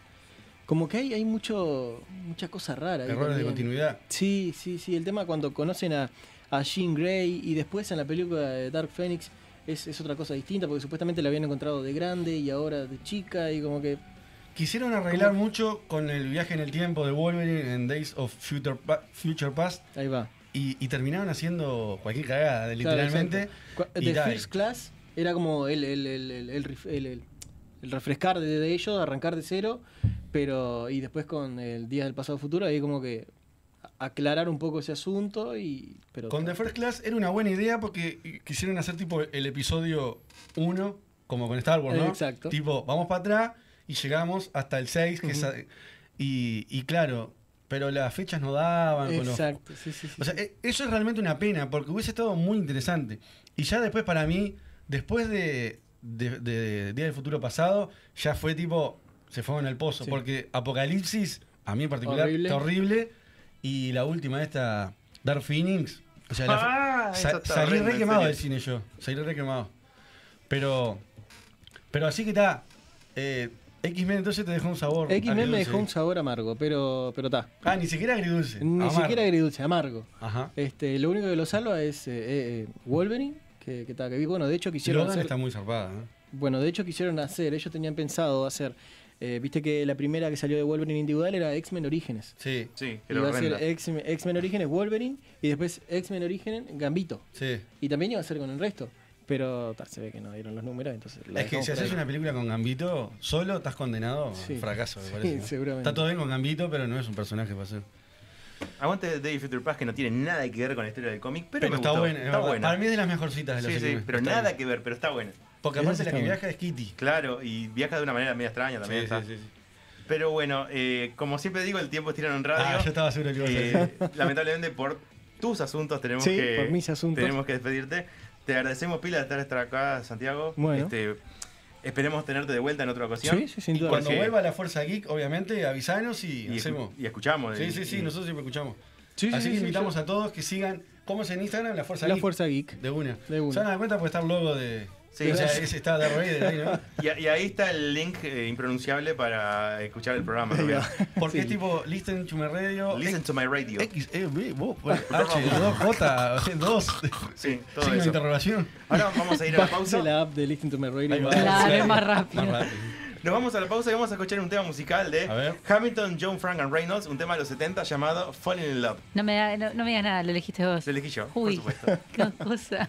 Speaker 10: como que hay, hay mucho, mucha cosa rara. ahí
Speaker 9: Errores de
Speaker 10: también.
Speaker 9: continuidad.
Speaker 10: Sí, sí, sí. El tema cuando conocen a, a Jean Grey y después en la película de Dark Phoenix es, es otra cosa distinta porque supuestamente la habían encontrado de grande y ahora de chica y como que...
Speaker 9: Quisieron arreglar mucho con el viaje en el tiempo de Wolverine en Days of Future, Pa- Future Past
Speaker 10: Ahí va.
Speaker 9: y, y terminaron haciendo cualquier cagada,
Speaker 10: Claro,
Speaker 9: literalmente.
Speaker 10: exacto. Cua-
Speaker 9: y
Speaker 10: The
Speaker 9: dai.
Speaker 10: First Class era como el, el- el- el- el ref- el- el- el refrescar de, de ellos, arrancar de cero, pero y después con el Día del Pasado Futuro, ahí como que a- aclarar un poco ese asunto y... Pero
Speaker 9: Con The First Class era una buena idea porque quisieron hacer tipo el episodio 1, como con Star Wars, ¿no?
Speaker 10: Exacto.
Speaker 9: Tipo, vamos para atrás y llegamos hasta el 6, que es a- y, y claro, pero las fechas no daban. con los-
Speaker 10: Exacto, sí, sí, sí.
Speaker 9: o sea, e- eso es realmente una pena porque hubiese estado muy interesante. Y ya después para mí, después de, de- de Día del Futuro Pasado, ya fue tipo, se fueron al pozo,
Speaker 10: Sí.
Speaker 9: porque Apocalipsis, a mí en particular,
Speaker 10: Horrible.
Speaker 9: está horrible. Y la última esta, Dark Phoenix. O sea, la-
Speaker 8: Ah,
Speaker 9: Sa-
Speaker 8: eso está
Speaker 9: salí
Speaker 8: horrendo,
Speaker 9: re
Speaker 8: en
Speaker 9: quemado
Speaker 8: serio.
Speaker 9: del cine yo. Salí re quemado. Pero. Pero así que está. eh, X-Men entonces te dejó un sabor.
Speaker 10: X-Men me dejó un
Speaker 9: agridulce.
Speaker 10: sabor amargo, pero pero está.
Speaker 9: Ah, ni siquiera agridulce.
Speaker 10: Ni
Speaker 9: amargo.
Speaker 10: siquiera agridulce, amargo.
Speaker 9: Ajá.
Speaker 10: Este, lo único que lo salva es eh, eh, eh, Wolverine, que, que, ta, que vi- bueno, de hecho quisieron
Speaker 9: Logan
Speaker 10: hacer,
Speaker 9: está muy zarpada. ¿eh?
Speaker 10: bueno, de hecho quisieron hacer, ellos tenían pensado hacer, eh, viste que la primera que salió de Wolverine individual era X-Men Orígenes.
Speaker 9: Sí,
Speaker 8: Sí,
Speaker 10: Iba
Speaker 8: era
Speaker 10: a ser
Speaker 8: horrenda.
Speaker 9: eh,
Speaker 10: X- X-Men Orígenes, Wolverine, y después X-Men Orígenes, Gambito.
Speaker 9: sí.
Speaker 10: Y también iba a ser con el resto, pero ta, se ve que no dieron los números, entonces la
Speaker 9: Es que
Speaker 10: dejamos
Speaker 9: si
Speaker 10: por
Speaker 9: haces
Speaker 10: ahí.
Speaker 9: una película con Gambito, solo estás condenado a
Speaker 10: Sí.
Speaker 9: fracaso, me
Speaker 10: Sí,
Speaker 9: parece. ¿no?
Speaker 10: seguramente.
Speaker 9: Está todo bien con Gambito, pero no es un personaje para ser.
Speaker 8: Aguante Day of Future Past que no tiene nada que ver con la historia del cómic, pero,
Speaker 9: Pero,
Speaker 8: me
Speaker 9: está
Speaker 8: gustó.
Speaker 9: buena. es
Speaker 8: Está
Speaker 9: verdad.
Speaker 8: buena.
Speaker 9: Para mí es de las mejorcitas de Ah, los
Speaker 8: sí, sí,
Speaker 9: X-Men.
Speaker 8: pero
Speaker 9: Está
Speaker 8: nada
Speaker 9: bien.
Speaker 8: que ver, pero está buena.
Speaker 9: Porque
Speaker 10: Esa
Speaker 9: aparte
Speaker 10: sí
Speaker 9: la
Speaker 10: está
Speaker 9: que
Speaker 10: buena.
Speaker 9: viaja es Kitty.
Speaker 8: Claro, y viaja de una manera media extraña también. está. Pero bueno, eh, como siempre digo, el tiempo es tirano en radio.
Speaker 9: Ah, yo estaba seguro que iba a ser.
Speaker 8: Eh, [laughs] lamentablemente por tus asuntos tenemos
Speaker 10: Sí,
Speaker 8: que
Speaker 10: por mis asuntos.
Speaker 8: tenemos que despedirte. Te agradecemos pila de estar- estar acá, Santiago.
Speaker 10: Bueno.
Speaker 8: Este, esperemos tenerte de vuelta en otra ocasión.
Speaker 10: Sí, sí, sin
Speaker 9: Y
Speaker 10: duda.
Speaker 9: cuando
Speaker 8: Porque-
Speaker 9: vuelva la Fuerza Geek, obviamente, avisanos y,
Speaker 8: Y, escu-
Speaker 9: hacemos.
Speaker 8: y escuchamos.
Speaker 9: Sí,
Speaker 8: y-
Speaker 9: sí, sí,
Speaker 8: y-
Speaker 9: nosotros siempre escuchamos.
Speaker 10: Sí, sí,
Speaker 9: Así
Speaker 10: sí,
Speaker 9: que
Speaker 10: sí,
Speaker 9: invitamos
Speaker 10: yo-
Speaker 9: a todos que sigan. ¿Cómo es en Instagram? La Fuerza
Speaker 10: la
Speaker 9: Geek.
Speaker 10: Fuerza Geek.
Speaker 9: De una.
Speaker 10: De una.
Speaker 9: ¿Se van a dar cuenta? Porque está el logo de.
Speaker 8: Sí,
Speaker 9: o sea,
Speaker 8: sí.
Speaker 9: ese está de Raider ahí,
Speaker 8: [laughs]
Speaker 9: ¿no?
Speaker 8: Y, y ahí está el link eh, impronunciable para escuchar el programa. también.
Speaker 9: Porque
Speaker 10: Sí.
Speaker 9: es tipo Listen to my radio.
Speaker 8: Listen to my radio.
Speaker 9: X, E, B, vos, pues, H, 2, J, [laughs] o sea, 2.
Speaker 8: Sí, todo
Speaker 9: Signo de
Speaker 8: eso.
Speaker 9: interrogación.
Speaker 8: Ahora vamos a ir a la pausa.
Speaker 10: Bájense la app de Listen to My Radio.
Speaker 9: Ahí va.
Speaker 7: Claro, es más
Speaker 9: Más
Speaker 7: rápido.
Speaker 9: rápido.
Speaker 8: Nos vamos a la pausa y vamos a escuchar un tema musical de
Speaker 9: A ver.
Speaker 8: Hamilton, John Frank and Reynolds, un tema de los 70 llamado Falling in Love.
Speaker 7: No me, da- no, no me digas nada, lo elegiste vos.
Speaker 8: Lo elegí yo, por
Speaker 7: Uy,
Speaker 8: supuesto.
Speaker 7: [laughs] qué cosa.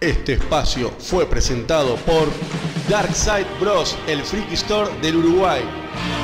Speaker 3: Este espacio fue presentado por Darkside Bros, el friki store del Uruguay.